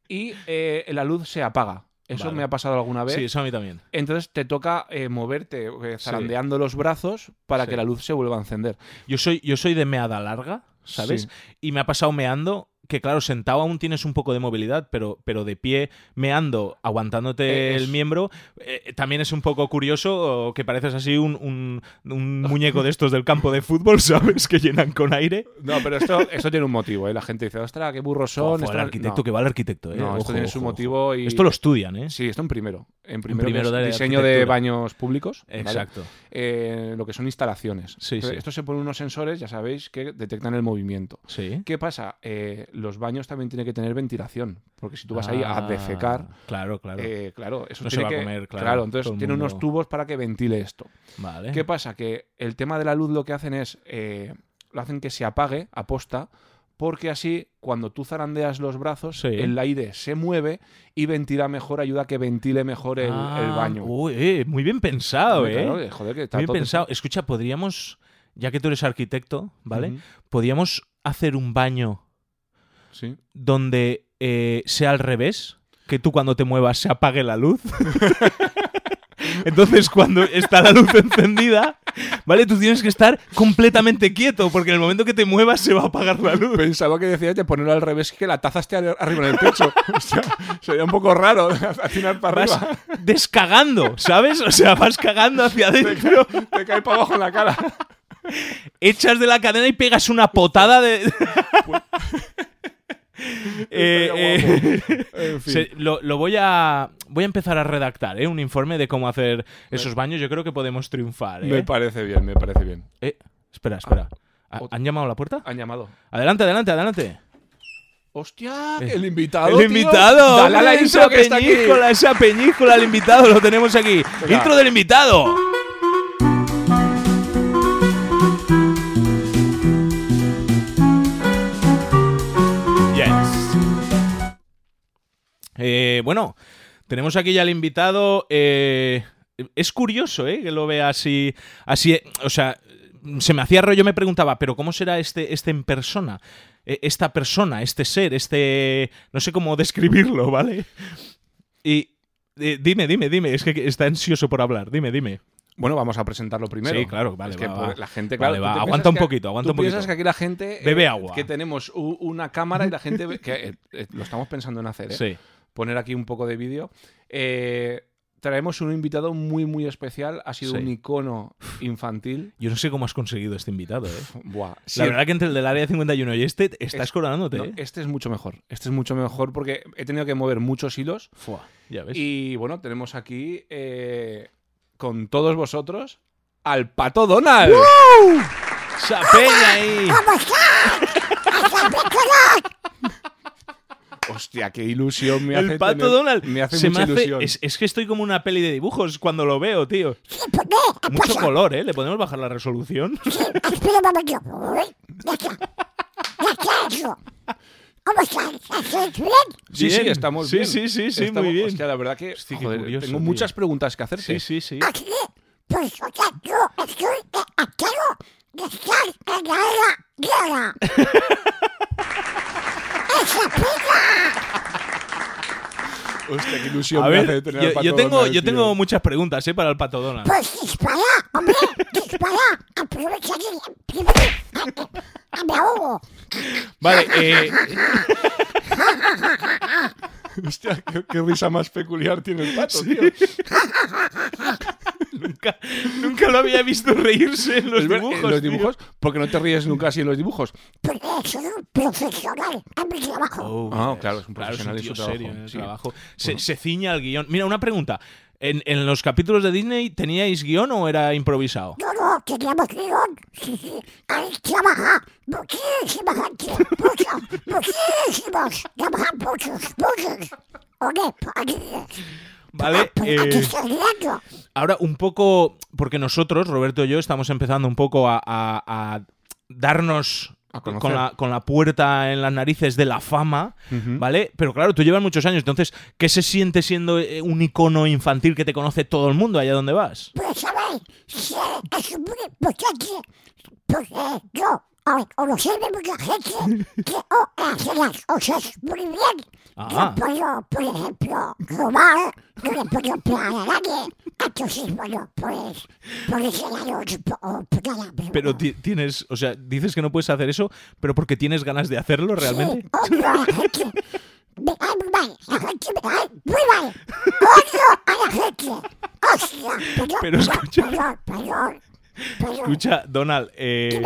[SPEAKER 3] y eh, la luz se apaga. Eso
[SPEAKER 2] Vale.
[SPEAKER 3] me ha pasado alguna vez.
[SPEAKER 2] Sí, eso a mí también.
[SPEAKER 3] Entonces te toca eh, moverte, eh, zarandeando los brazos para
[SPEAKER 2] Sí.
[SPEAKER 3] que la luz se vuelva a encender.
[SPEAKER 2] Yo soy, yo soy de meada larga, ¿sabes?
[SPEAKER 3] Sí.
[SPEAKER 2] Y me ha pasado meando. Que claro, sentado aún tienes un poco de movilidad, pero, pero de pie, meando, aguantándote
[SPEAKER 3] Eh, es-
[SPEAKER 2] el miembro, eh, también es un poco curioso o que pareces así un, un-
[SPEAKER 3] (laughs)
[SPEAKER 2] un muñeco de estos del campo de fútbol, (laughs) ¿sabes? Que llenan con aire.
[SPEAKER 3] No, pero esto, (laughs) esto tiene un motivo. ¿eh? La gente dice, ostras, qué burros son.
[SPEAKER 2] Ojo, el
[SPEAKER 3] están-".
[SPEAKER 2] arquitecto,
[SPEAKER 3] No,
[SPEAKER 2] que va el arquitecto, ¿eh?
[SPEAKER 3] no,
[SPEAKER 2] Ojo,
[SPEAKER 3] esto tiene
[SPEAKER 2] ojo,
[SPEAKER 3] su
[SPEAKER 2] ojo.
[SPEAKER 3] motivo. Y...
[SPEAKER 2] Esto lo estudian, ¿eh?
[SPEAKER 3] Sí, esto en primero. En primero, que
[SPEAKER 2] primero
[SPEAKER 3] es
[SPEAKER 2] de
[SPEAKER 3] diseño de
[SPEAKER 2] arquitectura.
[SPEAKER 3] baños públicos. ¿vale?
[SPEAKER 2] Exacto.
[SPEAKER 3] Eh, lo que son instalaciones.
[SPEAKER 2] Sí,
[SPEAKER 3] Entonces,
[SPEAKER 2] sí.
[SPEAKER 3] Esto se ponen unos sensores, ya sabéis, que detectan el movimiento.
[SPEAKER 2] Sí.
[SPEAKER 3] ¿Qué pasa? Eh, los baños también tienen que tener ventilación, porque si tú vas ahí a
[SPEAKER 2] Ah,
[SPEAKER 3] defecar,
[SPEAKER 2] Claro, claro.
[SPEAKER 3] eh, claro, eso
[SPEAKER 2] No se
[SPEAKER 3] tiene
[SPEAKER 2] va a
[SPEAKER 3] que-
[SPEAKER 2] comer, claro, todo
[SPEAKER 3] entonces
[SPEAKER 2] el
[SPEAKER 3] tiene unos
[SPEAKER 2] mundo. Eh.
[SPEAKER 3] tubos para que ventile esto.
[SPEAKER 2] vale.
[SPEAKER 3] ¿Qué pasa? Que el tema de la luz lo que hacen es, eh, lo hacen que se apague aposta, porque así cuando tú zarandeas los brazos,
[SPEAKER 2] Sí.
[SPEAKER 3] el aire se mueve y ventila mejor, ayuda a que ventile mejor el, el
[SPEAKER 2] Ah,
[SPEAKER 3] baño.
[SPEAKER 2] uy, eh, muy bien pensado,
[SPEAKER 3] Hombre,
[SPEAKER 2] ¿eh?
[SPEAKER 3] claro, joder, que está
[SPEAKER 2] Muy bien
[SPEAKER 3] todo-
[SPEAKER 2] pensado. Escucha, podríamos, ya que tú eres arquitecto, ¿vale?
[SPEAKER 3] Ujú,
[SPEAKER 2] Podríamos hacer un baño
[SPEAKER 3] sí.
[SPEAKER 2] donde eh, sea al revés, que tú cuando te muevas se apague la luz. (laughs) Entonces, cuando está la luz encendida, ¿vale? Tú tienes que estar completamente quieto, porque en el momento que te muevas se va a apagar la luz.
[SPEAKER 3] Pensaba que decías de ponerlo al revés y que la taza esté ar- arriba en el
[SPEAKER 2] (laughs)
[SPEAKER 3] techo. O sea, sería un poco raro (laughs) atinar para
[SPEAKER 2] Vas
[SPEAKER 3] arriba.
[SPEAKER 2] descagando, ¿sabes? O sea, vas cagando hacia adentro,
[SPEAKER 3] Te cae para abajo en
[SPEAKER 2] (laughs)
[SPEAKER 3] la cara.
[SPEAKER 2] echas de la cadena y pegas una potada de. (laughs) Eh, eh, (laughs)
[SPEAKER 3] Pues, Estaría guapo. (laughs) En fin.
[SPEAKER 2] Se- ¿eh? lo, lo voy a voy a empezar a redactar, ¿eh? Un informe de cómo hacer esos baños. Yo creo que podemos triunfar, ¿eh?
[SPEAKER 3] Me Ah, parece bien, me parece bien.
[SPEAKER 2] Eh, espera, espera. ¿Ha-
[SPEAKER 3] otro.
[SPEAKER 2] ¿Han llamado a la puerta?
[SPEAKER 3] Han llamado.
[SPEAKER 2] Adelante, adelante, adelante.
[SPEAKER 3] ¡Hostia!
[SPEAKER 2] Eh,
[SPEAKER 3] El invitado.
[SPEAKER 2] El
[SPEAKER 3] tío!
[SPEAKER 2] invitado.
[SPEAKER 3] Dale a la
[SPEAKER 2] hombre,
[SPEAKER 3] intro
[SPEAKER 2] esa
[SPEAKER 3] que está aquí.
[SPEAKER 2] peñícola, esa peñícola, el invitado, lo tenemos aquí.
[SPEAKER 3] Venga.
[SPEAKER 2] Intro del invitado. Yes. Eh, bueno, tenemos aquí ya al invitado. eh, es curioso, ¿eh? Que lo vea así. Así. eh, O sea, se me hacía rollo, yo me preguntaba, ¿pero cómo será este, este en persona? Eh, Esta persona, este ser, este. No sé cómo describirlo, ¿vale? Y. eh, dime, dime, dime. Es que está ansioso por hablar. Dime, dime.
[SPEAKER 3] Bueno, vamos a presentarlo primero.
[SPEAKER 2] Sí, claro, vale,
[SPEAKER 3] Es que
[SPEAKER 2] va, va.
[SPEAKER 3] pues, la gente,
[SPEAKER 2] Vale,
[SPEAKER 3] claro.
[SPEAKER 2] va,
[SPEAKER 3] tú te
[SPEAKER 2] aguanta
[SPEAKER 3] piensas
[SPEAKER 2] un
[SPEAKER 3] que-
[SPEAKER 2] poquito, aguanta
[SPEAKER 3] tú
[SPEAKER 2] un poquito.
[SPEAKER 3] piensas que aquí la gente. eh,
[SPEAKER 2] Bebe agua.
[SPEAKER 3] Que tenemos u- una cámara y la gente. ve- que eh, eh, lo estamos pensando en hacer, ¿eh?
[SPEAKER 2] Sí.
[SPEAKER 3] Poner aquí un poco de vídeo. Eh, traemos un invitado muy, muy especial. Ha sido
[SPEAKER 2] Sí.
[SPEAKER 3] un icono infantil.
[SPEAKER 2] Yo no sé cómo has conseguido este invitado, ¿eh?
[SPEAKER 3] Buah.
[SPEAKER 2] La
[SPEAKER 3] sí,
[SPEAKER 2] verdad que entre el del área 51 y este estás
[SPEAKER 3] Es-
[SPEAKER 2] coronándote,
[SPEAKER 3] no,
[SPEAKER 2] ¿eh?
[SPEAKER 3] este es mucho mejor. Este es mucho mejor porque he tenido que mover muchos hilos.
[SPEAKER 2] Fua, ya ves.
[SPEAKER 3] Y bueno, tenemos aquí eh, con todos vosotros al Pato Donald.
[SPEAKER 2] ¡Esa peña ahí!
[SPEAKER 3] Hostia, qué ilusión (laughs) me hace.
[SPEAKER 2] El pato
[SPEAKER 3] tener-
[SPEAKER 2] Donald.
[SPEAKER 3] Me hace
[SPEAKER 2] Se
[SPEAKER 3] mucha ilusión.
[SPEAKER 2] Es, es que estoy como una peli de dibujos cuando lo veo, tío. Mucho color, ¿eh? ¿Le podemos bajar la resolución?
[SPEAKER 5] Espera un momento. Uy, Ya está. Ya está hecho. ¿Cómo estás? ¿Estás bien?
[SPEAKER 3] Sí, sí,
[SPEAKER 2] Bien.
[SPEAKER 3] estamos
[SPEAKER 2] Sí,
[SPEAKER 3] bien.
[SPEAKER 2] sí, sí, sí,
[SPEAKER 3] Estamos-
[SPEAKER 2] muy bien.
[SPEAKER 3] Hostia, la verdad que
[SPEAKER 2] Hostia, qué
[SPEAKER 3] joder,
[SPEAKER 2] curioso,
[SPEAKER 3] tengo
[SPEAKER 2] tío.
[SPEAKER 3] muchas preguntas que hacerte.
[SPEAKER 2] Sí, sí, sí.
[SPEAKER 5] Aquí, pues, o sea, yo estoy eh, a cargo de estar en la era griega. ¡Esa puta!
[SPEAKER 3] Hostia, qué ilusión
[SPEAKER 2] A
[SPEAKER 3] me
[SPEAKER 2] ver,
[SPEAKER 3] hace tener al
[SPEAKER 2] yo,
[SPEAKER 3] Pato
[SPEAKER 2] yo tengo,
[SPEAKER 3] Donald,
[SPEAKER 2] yo
[SPEAKER 3] tío.
[SPEAKER 2] tengo muchas preguntas, ¿eh? Para el pato Donald. (laughs)
[SPEAKER 5] Pues dispara, hombre, dispara. Aprovecha que primero eh, eh, me ahogo.
[SPEAKER 2] Vale, (laughs) eh,
[SPEAKER 3] Hostia, qué, qué risa más peculiar tiene el Pato, tío.
[SPEAKER 2] nunca, nunca lo había visto reírse en los
[SPEAKER 3] Es ver- en
[SPEAKER 2] dibujos.
[SPEAKER 3] los
[SPEAKER 2] tío.
[SPEAKER 3] dibujos, porque no te ríes nunca así en los dibujos.
[SPEAKER 5] Porque soy un profesional en mi trabajo.
[SPEAKER 2] Oh,
[SPEAKER 3] Ah,
[SPEAKER 2] yes.
[SPEAKER 3] claro, es un profesional
[SPEAKER 2] es un
[SPEAKER 3] y su
[SPEAKER 2] tío
[SPEAKER 3] trabajo,
[SPEAKER 2] serio en el
[SPEAKER 3] sí.
[SPEAKER 2] trabajo. Se, se ciña al guión. Mira, una pregunta. ¿En, en los capítulos de Disney teníais guión o era improvisado?
[SPEAKER 5] No, no, teníamos guión. Sí, (laughs) sí. Ahí trabaja muchísima gente. Muchos, muchísimos. Trabajan muchos, muchos. Oye, aquí,
[SPEAKER 2] Vale,
[SPEAKER 5] Ah, pues, aquí
[SPEAKER 2] eh,
[SPEAKER 5] estoy mirando.
[SPEAKER 2] Ahora, un poco, porque nosotros, Roberto y yo, estamos empezando un poco a, a- a darnos
[SPEAKER 3] A conocer.
[SPEAKER 2] con la, con la puerta en las narices de la fama, ¿vale? Pero claro, tú llevas muchos años, entonces, ¿qué se siente siendo eh, un icono infantil que te conoce todo el mundo allá donde vas?
[SPEAKER 5] Pues sabéis, sí, es muy importante. Porque pues, eh, yo, al conocerme mucha
[SPEAKER 2] (laughs)
[SPEAKER 5] gente, quiero hacer las cosas muy bien.
[SPEAKER 2] Ah.
[SPEAKER 5] No puedo, por ejemplo, robar, no le puedo pegar a nadie. Entonces, bueno, pues, por ese lado es un poco pegada,
[SPEAKER 2] Pero ti- tienes, o sea, dices que no puedes hacer eso, pero porque tienes ganas de hacerlo realmente.
[SPEAKER 5] Odio a la gente. Me cae muy mal. La gente me cae muy mal. Odio a la gente. Hostia. Perdón,
[SPEAKER 2] Pero
[SPEAKER 5] perdón,
[SPEAKER 2] escucha.
[SPEAKER 5] perdón, perdón. Perdón.
[SPEAKER 2] Escucha, Donald, eh,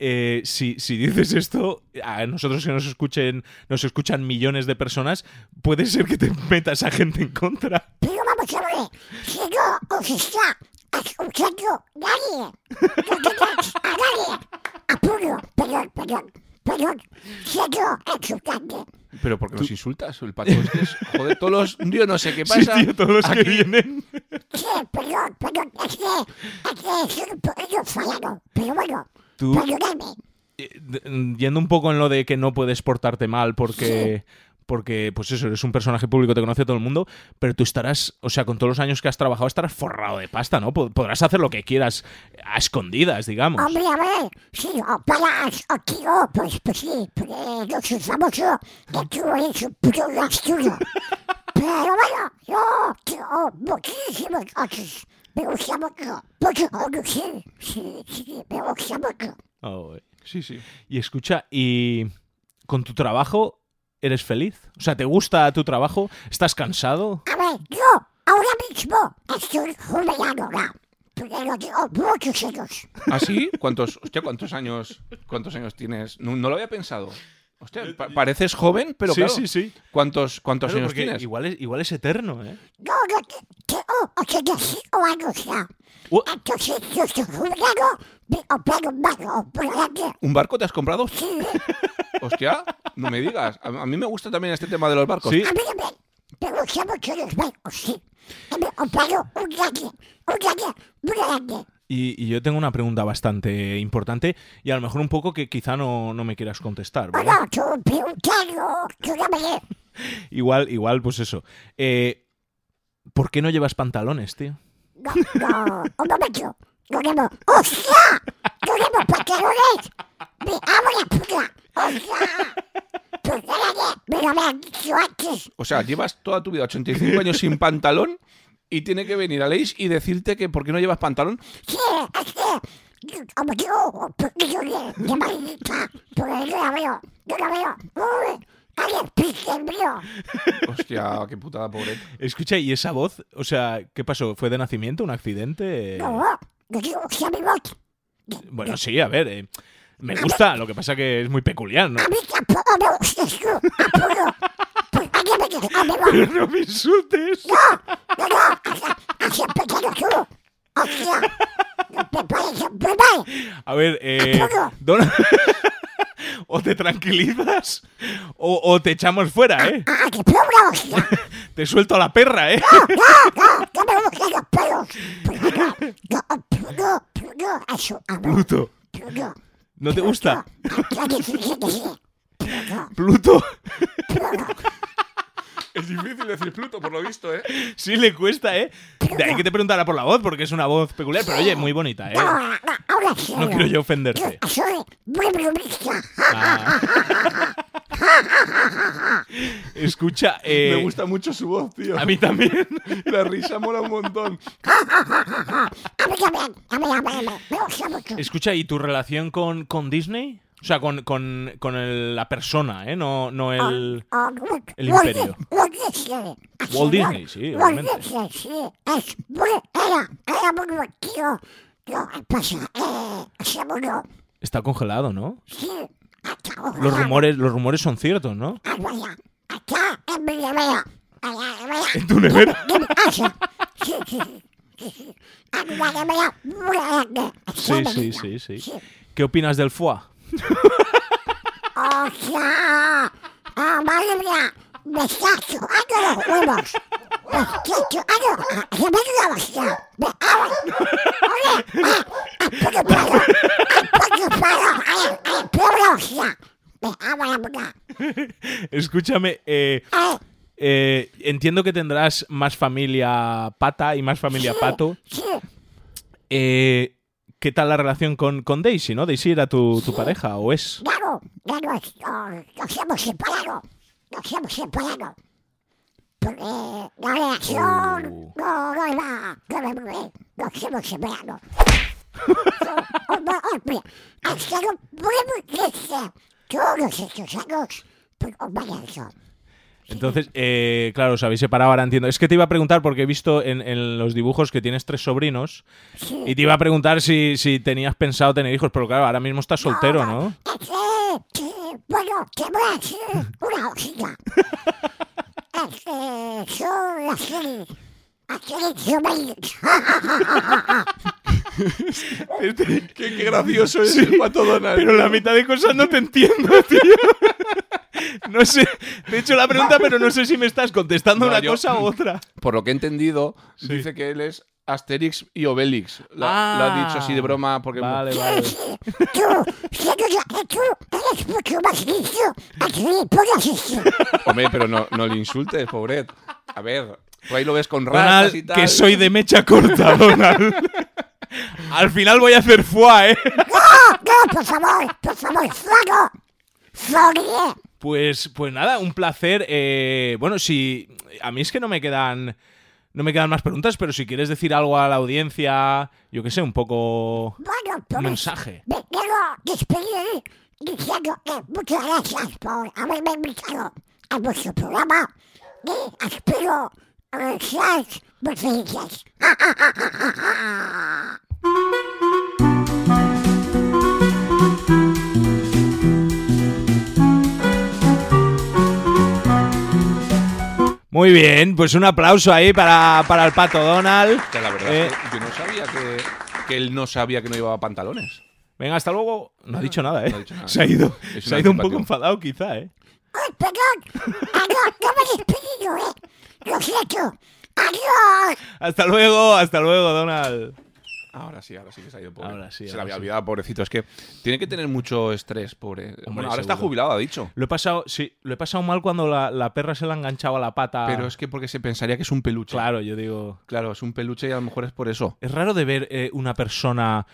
[SPEAKER 2] eh, si, si dices esto, a nosotros que nos escuchen, nos escuchan millones de personas, puede ser que te metas a gente en contra.
[SPEAKER 5] Pero vamos a ver. Si no os está escuchando nadie. No tengáis a nadie. Apuro. Perdón, perdón. Perdón. Si no escuchando.
[SPEAKER 3] Pero porque nos insultas, el Pato. este es que es- joder, todos los. Yo no sé qué
[SPEAKER 2] (laughs) Sí,
[SPEAKER 3] pasa.
[SPEAKER 2] tío, todos los que
[SPEAKER 3] aquí.
[SPEAKER 2] vienen.
[SPEAKER 5] Sí, perdón, perdón. Es que, es que soy un poquillo fallado. Pero bueno.
[SPEAKER 2] Tú-
[SPEAKER 5] Perdonadme.
[SPEAKER 2] Eh, d- mm, Yendo un poco en lo de que no puedes portarte mal porque. Porque, pues eso, eres un personaje público, te conoce todo el mundo, pero tú estarás, o sea, con todos los años que has trabajado, estarás forrado de pasta, ¿no? Po- Podrás hacer lo que quieras a escondidas, digamos.
[SPEAKER 5] Hombre, a ver, sí, o palas, o tío, pues, pues sí, pues, eh, yo soy famoso, que tú eres un puto gastudo. Pero bueno, yo tengo muchísimos otros. Me gusta mucho, mucho conducir, sí, sí, me gusta mucho.
[SPEAKER 2] Oh, eh.
[SPEAKER 3] Sí, sí.
[SPEAKER 2] Y escucha, ¿y con tu trabajo eres feliz? O sea, ¿te gusta tu trabajo? ¿Estás cansado?
[SPEAKER 5] A ver, yo ahora mismo estoy jubilado ya, porque lo tengo muchos años.
[SPEAKER 3] ¿Ah, sí? ¿Cuántos, hostia, ¿cuántos, años, ¿cuántos años tienes? No, no lo había pensado. Hostia, pa- pareces joven, pero
[SPEAKER 2] Eh, Sí,
[SPEAKER 3] claro.
[SPEAKER 2] sí, sí.
[SPEAKER 3] ¿Cuántos, cuántos
[SPEAKER 2] Claro,
[SPEAKER 3] años
[SPEAKER 2] porque
[SPEAKER 3] tienes?
[SPEAKER 2] igual es, igual es eterno, ¿eh?
[SPEAKER 5] No, no, te- tengo 85 años ya.
[SPEAKER 2] Uh,
[SPEAKER 5] Entonces, yo estoy jubilado, me compraron un barco por delante.
[SPEAKER 3] ¿Un barco te has comprado?
[SPEAKER 5] Sí,
[SPEAKER 3] Hostia, No me digas. A, a mí me gusta también este tema de los barcos.
[SPEAKER 2] Sí.
[SPEAKER 5] A mí también. Me gusta mucho los barcos, sí. A mí, un palo, un grande, un grande, muy grande.
[SPEAKER 2] Y, y yo tengo una pregunta bastante importante y a lo mejor un poco que quizá no, no me quieras contestar,
[SPEAKER 5] O
[SPEAKER 2] ¿verdad?
[SPEAKER 5] no, tú preguntarlo, tú llámale.
[SPEAKER 2] Igual, igual, pues eso. Eh, ¿Por qué no llevas pantalones, tío?
[SPEAKER 5] No, no, un momento. No tenemos. ¡Hostia! No tenemos pantalones. Me hago la puta. ¡Hostia! Perdóname, me lo habían dicho antes.
[SPEAKER 3] O sea, llevas toda tu vida 85 años sin pantalón y tiene que venir a Leis y decirte que por qué no llevas pantalón.
[SPEAKER 5] Sí, es que. Como yo, un poquillo de, de maldita. Porque no la veo, no la veo. ¡Uy! ¡Alguien piste el mío!
[SPEAKER 3] Hostia, qué putada, pobre.
[SPEAKER 2] Escucha, ¿y esa voz? O sea, ¿qué pasó? ¿Fue de nacimiento? ¿Un accidente?
[SPEAKER 5] No, no digo que sea mi voz.
[SPEAKER 2] Bueno, sí, a ver. eh, me gusta, lo que pasa que es muy peculiar, ¿no? (laughs)
[SPEAKER 5] A mí tampoco me gustas tú. Apuro. Pues hay que meter a mi voz.
[SPEAKER 2] ¡No me insultes!
[SPEAKER 5] No, no, hasta, hasta pequeño tú. Hostia. No te parece muy mal.
[SPEAKER 2] A ver, eh,
[SPEAKER 5] Apuro.
[SPEAKER 2] Don- (laughs) o te tranquilizas o, o te echamos fuera, ¿eh?
[SPEAKER 5] A que pluma, hostia.
[SPEAKER 2] Te suelto a la perra, ¿eh?
[SPEAKER 5] No, no, no me gustan los pelos. Pluto, no, Pluto, Pluto, a su amor.
[SPEAKER 2] Pluto.
[SPEAKER 5] Pluto.
[SPEAKER 2] ¿No te gusta?
[SPEAKER 5] Ya difícil que sí. Pluto,
[SPEAKER 2] Pluto. (laughs)
[SPEAKER 5] Pluto.
[SPEAKER 3] Es difícil decir Pluto, por lo visto, ¿eh?
[SPEAKER 2] Sí le cuesta, ¿eh? De ahí que te preguntara por la voz, porque es una voz peculiar, pero oye, muy bonita,
[SPEAKER 5] No,
[SPEAKER 2] ¿eh?
[SPEAKER 5] no, ahora sí.
[SPEAKER 2] No quiero yo ofenderte.
[SPEAKER 5] Soy muy bromista.
[SPEAKER 2] Escucha, eh,
[SPEAKER 3] (laughs) Me gusta mucho su voz, tío.
[SPEAKER 2] a mí también.
[SPEAKER 3] La risa mola un montón.
[SPEAKER 5] A mí también, a mí, a mí, a mí. Me gusta mucho.
[SPEAKER 2] (laughs) Escucha, ¿y tu relación con, con Disney? O sea, con, con, con el- la persona, ¿eh? No, no el...
[SPEAKER 5] Ah, Walt-
[SPEAKER 2] El
[SPEAKER 5] Walt
[SPEAKER 2] imperio.
[SPEAKER 5] Dis- Walt Disney. Así,
[SPEAKER 2] Walt Disney,
[SPEAKER 5] Walt-
[SPEAKER 2] sí,
[SPEAKER 5] Walt
[SPEAKER 2] obviamente.
[SPEAKER 5] Disney, sí. Es muy, era, era muy buen tío. No, pasa, eh, ese mundo,
[SPEAKER 2] Está congelado, ¿no?
[SPEAKER 5] sí, hasta ahora.
[SPEAKER 2] Los rumores, los rumores son ciertos, ¿no?
[SPEAKER 5] Ah, vaya, acá en mi nevera. Allá en mi nevera.
[SPEAKER 2] ¿En tu nevera?
[SPEAKER 5] ¿Qué me pasa? Sí, sí, sí, sí, sí. En una nevera muy grande. Así
[SPEAKER 2] Sí,
[SPEAKER 5] me
[SPEAKER 2] sí,
[SPEAKER 5] dijo.
[SPEAKER 2] sí, sí. ¿Qué opinas del foie?
[SPEAKER 5] O sea, ah, madre mía, me está chupando los huevos. Me está chupando, ah, se me dio la hostia. Me abre. Oye, ah, ah, puto palo, ah, puto palo, ay, ay, pobre hostia. Me abre la boca.
[SPEAKER 2] Escúchame, eh,
[SPEAKER 5] Ay,
[SPEAKER 2] eh, entiendo que tendrás más familia pata y más familia
[SPEAKER 5] sí,
[SPEAKER 2] pato.
[SPEAKER 5] Sí,
[SPEAKER 2] Eh, ¿Qué tal la relación con, con Daisy, no? Daisy era tu, tu pareja, ¿o es?
[SPEAKER 5] claro, claro, es- no, nos hemos separado. Nos hemos separado. Porque la relación
[SPEAKER 2] Oh.
[SPEAKER 5] no, no iba, no iba muy bien. Nos
[SPEAKER 2] (laughs)
[SPEAKER 5] hemos separado. Hombre, hombre, ha sido muy, muy triste todos estos años pues, por un payaso.
[SPEAKER 2] Entonces, eh, claro, os habéis separado, ahora entiendo. Es que te iba a preguntar, porque he visto en, en los dibujos que tienes tres sobrinos,
[SPEAKER 5] Sí.
[SPEAKER 2] y te iba a preguntar si, si tenías pensado tener hijos, pero claro, ahora mismo estás soltero, ¿no?
[SPEAKER 5] Sí, eh, sí, bueno, te voy a decir una cosita.
[SPEAKER 2] (laughs)
[SPEAKER 5] Este, son las series, las series juveniles.
[SPEAKER 3] Este- qué, qué gracioso es el pato Donald.
[SPEAKER 2] Pero la mitad de cosas no te entiendo, (laughs) tío. No sé, te he hecho la pregunta, pero no sé si me estás contestando
[SPEAKER 3] No,
[SPEAKER 2] una
[SPEAKER 3] yo-
[SPEAKER 2] cosa u otra.
[SPEAKER 3] Por lo que he entendido,
[SPEAKER 2] Sí.
[SPEAKER 3] dice que él es Asterix y Obelix. La,
[SPEAKER 2] Ah.
[SPEAKER 3] lo ha dicho así de broma porque...
[SPEAKER 2] Vale,
[SPEAKER 5] Sí,
[SPEAKER 2] vale.
[SPEAKER 5] sí, tú, siendo ya que tú eres mucho más listo, así podrás decir.
[SPEAKER 3] Hombre, pero no, no le insultes, pobret. A ver, tú ahí lo ves con rastas y
[SPEAKER 2] Donald,
[SPEAKER 3] tal.
[SPEAKER 2] que soy de mecha corta,
[SPEAKER 3] (laughs)
[SPEAKER 2] Donald. Al final voy a hacer foie, ¿eh?
[SPEAKER 5] No, no, por favor, por favor, fuego. Sonríe.
[SPEAKER 2] Pues, pues nada, un placer. eh, bueno, si. A mí es que no me quedan. No me quedan más preguntas, pero si quieres decir algo a la audiencia, yo qué sé, un poco.
[SPEAKER 5] Bueno,
[SPEAKER 2] Un
[SPEAKER 5] pues
[SPEAKER 2] mensaje.
[SPEAKER 5] me quiero despedir diciendo que muchas gracias por haberme invitado a vuestro programa y espero que seáis muy felices.
[SPEAKER 2] Muy bien, pues un aplauso ahí para, para el pato Donald.
[SPEAKER 3] Que la verdad
[SPEAKER 2] Eh,
[SPEAKER 3] es que yo no sabía que, que él no sabía que no llevaba pantalones.
[SPEAKER 2] Venga, hasta luego. No ha dicho nada, ¿eh?
[SPEAKER 3] No ha dicho nada.
[SPEAKER 2] Se ha ido,
[SPEAKER 3] Es
[SPEAKER 2] se
[SPEAKER 3] un
[SPEAKER 2] ha ido un poco
[SPEAKER 3] antipático.
[SPEAKER 2] enfadado, quizá, ¿eh?
[SPEAKER 5] ¡Ay, perdón! ¡Adiós! ¡No me he despedido, eh! ¡Lo siento! ¡Adiós!
[SPEAKER 2] Hasta luego, hasta luego, Donald.
[SPEAKER 3] Ahora sí, ahora sí que se ha ido pobre.
[SPEAKER 2] Ahora sí,
[SPEAKER 3] se
[SPEAKER 2] ahora
[SPEAKER 3] le había
[SPEAKER 2] sí.
[SPEAKER 3] olvidado, pobrecito. Es que tiene que tener mucho estrés, pobre. Bueno, ahora está
[SPEAKER 2] seguro.
[SPEAKER 3] jubilado, ha dicho.
[SPEAKER 2] Lo he pasado, sí, lo he pasado mal cuando la, la perra se la enganchaba la pata.
[SPEAKER 3] Pero es que porque se pensaría que es un peluche.
[SPEAKER 2] Ah. Claro, yo digo.
[SPEAKER 3] Claro, es un peluche y a lo mejor es por eso.
[SPEAKER 2] Es raro de ver eh, una persona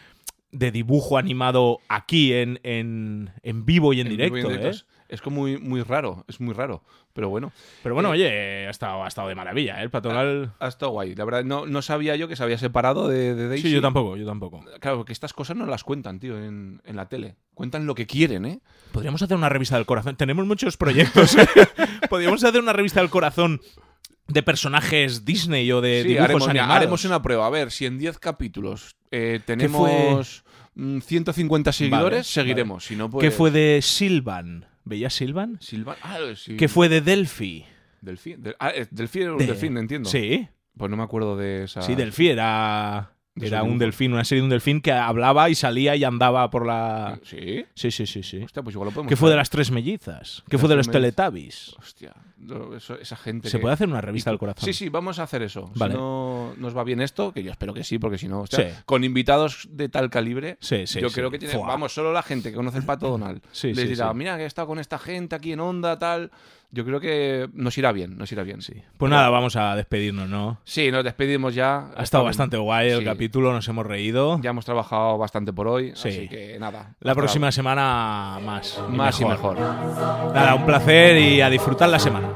[SPEAKER 2] de dibujo animado aquí en, en, en vivo y en, directo,
[SPEAKER 3] vivo y en
[SPEAKER 2] ¿eh?
[SPEAKER 3] directo es- Es como muy, muy raro, es muy raro. Pero bueno,
[SPEAKER 2] Pero bueno, oye, ha estado, ha estado de maravilla, ¿eh? El Patogal.
[SPEAKER 3] ha estado guay. La verdad, no, no sabía yo que se había separado de, de Daisy.
[SPEAKER 2] sí, yo tampoco, yo tampoco.
[SPEAKER 3] Claro, que estas cosas no las cuentan, tío, en, en la tele. Cuentan lo que quieren, ¿eh?
[SPEAKER 2] Podríamos hacer una revista del corazón. Tenemos muchos proyectos. ¿eh? Podríamos hacer una revista del corazón de personajes Disney o de Eh,
[SPEAKER 3] sí,
[SPEAKER 2] dibujos
[SPEAKER 3] haremos, mira,
[SPEAKER 2] animados.
[SPEAKER 3] haremos una prueba. A ver, si en 10 capítulos eh, tenemos mm, 150 seguidores,
[SPEAKER 2] Vale,
[SPEAKER 3] seguiremos. Si no, pues...
[SPEAKER 2] ¿Qué fue de Silvan? ¿Veías Silvan?
[SPEAKER 3] Silvan... Ah, sí.
[SPEAKER 2] ¿Qué fue de Delphi?
[SPEAKER 3] Delfín. Del, ah, eh, Delfín era un
[SPEAKER 2] De-
[SPEAKER 3] delfín, entiendo.
[SPEAKER 2] Sí,
[SPEAKER 3] Pues no me acuerdo de esa...
[SPEAKER 2] sí, Delphi era,
[SPEAKER 3] De
[SPEAKER 2] era
[SPEAKER 3] esos
[SPEAKER 2] un
[SPEAKER 3] dibujos.
[SPEAKER 2] delfín, una serie de un delfín que hablaba y salía y andaba por la...
[SPEAKER 3] ¿Sí?
[SPEAKER 2] Sí, sí, sí, sí.
[SPEAKER 3] Hostia, pues igual lo podemos...
[SPEAKER 2] ¿Qué fue de
[SPEAKER 3] hacer.
[SPEAKER 2] las tres mellizas? ¿Qué
[SPEAKER 3] Las
[SPEAKER 2] fue de
[SPEAKER 3] tres
[SPEAKER 2] los
[SPEAKER 3] mellizas.
[SPEAKER 2] Teletubbies?
[SPEAKER 3] Hostia, no, eso- esa gente
[SPEAKER 2] ¿Se
[SPEAKER 3] que-
[SPEAKER 2] puede hacer una revista del corazón?
[SPEAKER 3] Sí, sí, vamos a hacer eso.
[SPEAKER 2] Vale.
[SPEAKER 3] Si no nos va bien esto, que yo espero que sí, porque si no, hostia,
[SPEAKER 2] Sí.
[SPEAKER 3] con invitados de tal calibre,
[SPEAKER 2] Sí, sí,
[SPEAKER 3] yo
[SPEAKER 2] sí.
[SPEAKER 3] creo que tiene,
[SPEAKER 2] Fuá.
[SPEAKER 3] vamos, solo la gente que conoce el Pato Donald
[SPEAKER 2] (laughs) Sí,
[SPEAKER 3] les
[SPEAKER 2] sí,
[SPEAKER 3] dirá,
[SPEAKER 2] sí.
[SPEAKER 3] mira, que he estado con esta gente aquí en onda, tal. Yo creo que nos irá bien, nos irá bien.
[SPEAKER 2] Sí. Pues nada, vamos a despedirnos, ¿no?
[SPEAKER 3] Sí, nos despedimos ya.
[SPEAKER 2] Ha estado bastante guay el
[SPEAKER 3] Sí.
[SPEAKER 2] capítulo, nos hemos reído.
[SPEAKER 3] Ya hemos trabajado bastante por hoy,
[SPEAKER 2] Sí.
[SPEAKER 3] así que nada.
[SPEAKER 2] La
[SPEAKER 3] hasta
[SPEAKER 2] próxima semana más.
[SPEAKER 3] Más y mejor.
[SPEAKER 2] Nada, un placer y a disfrutar la semana.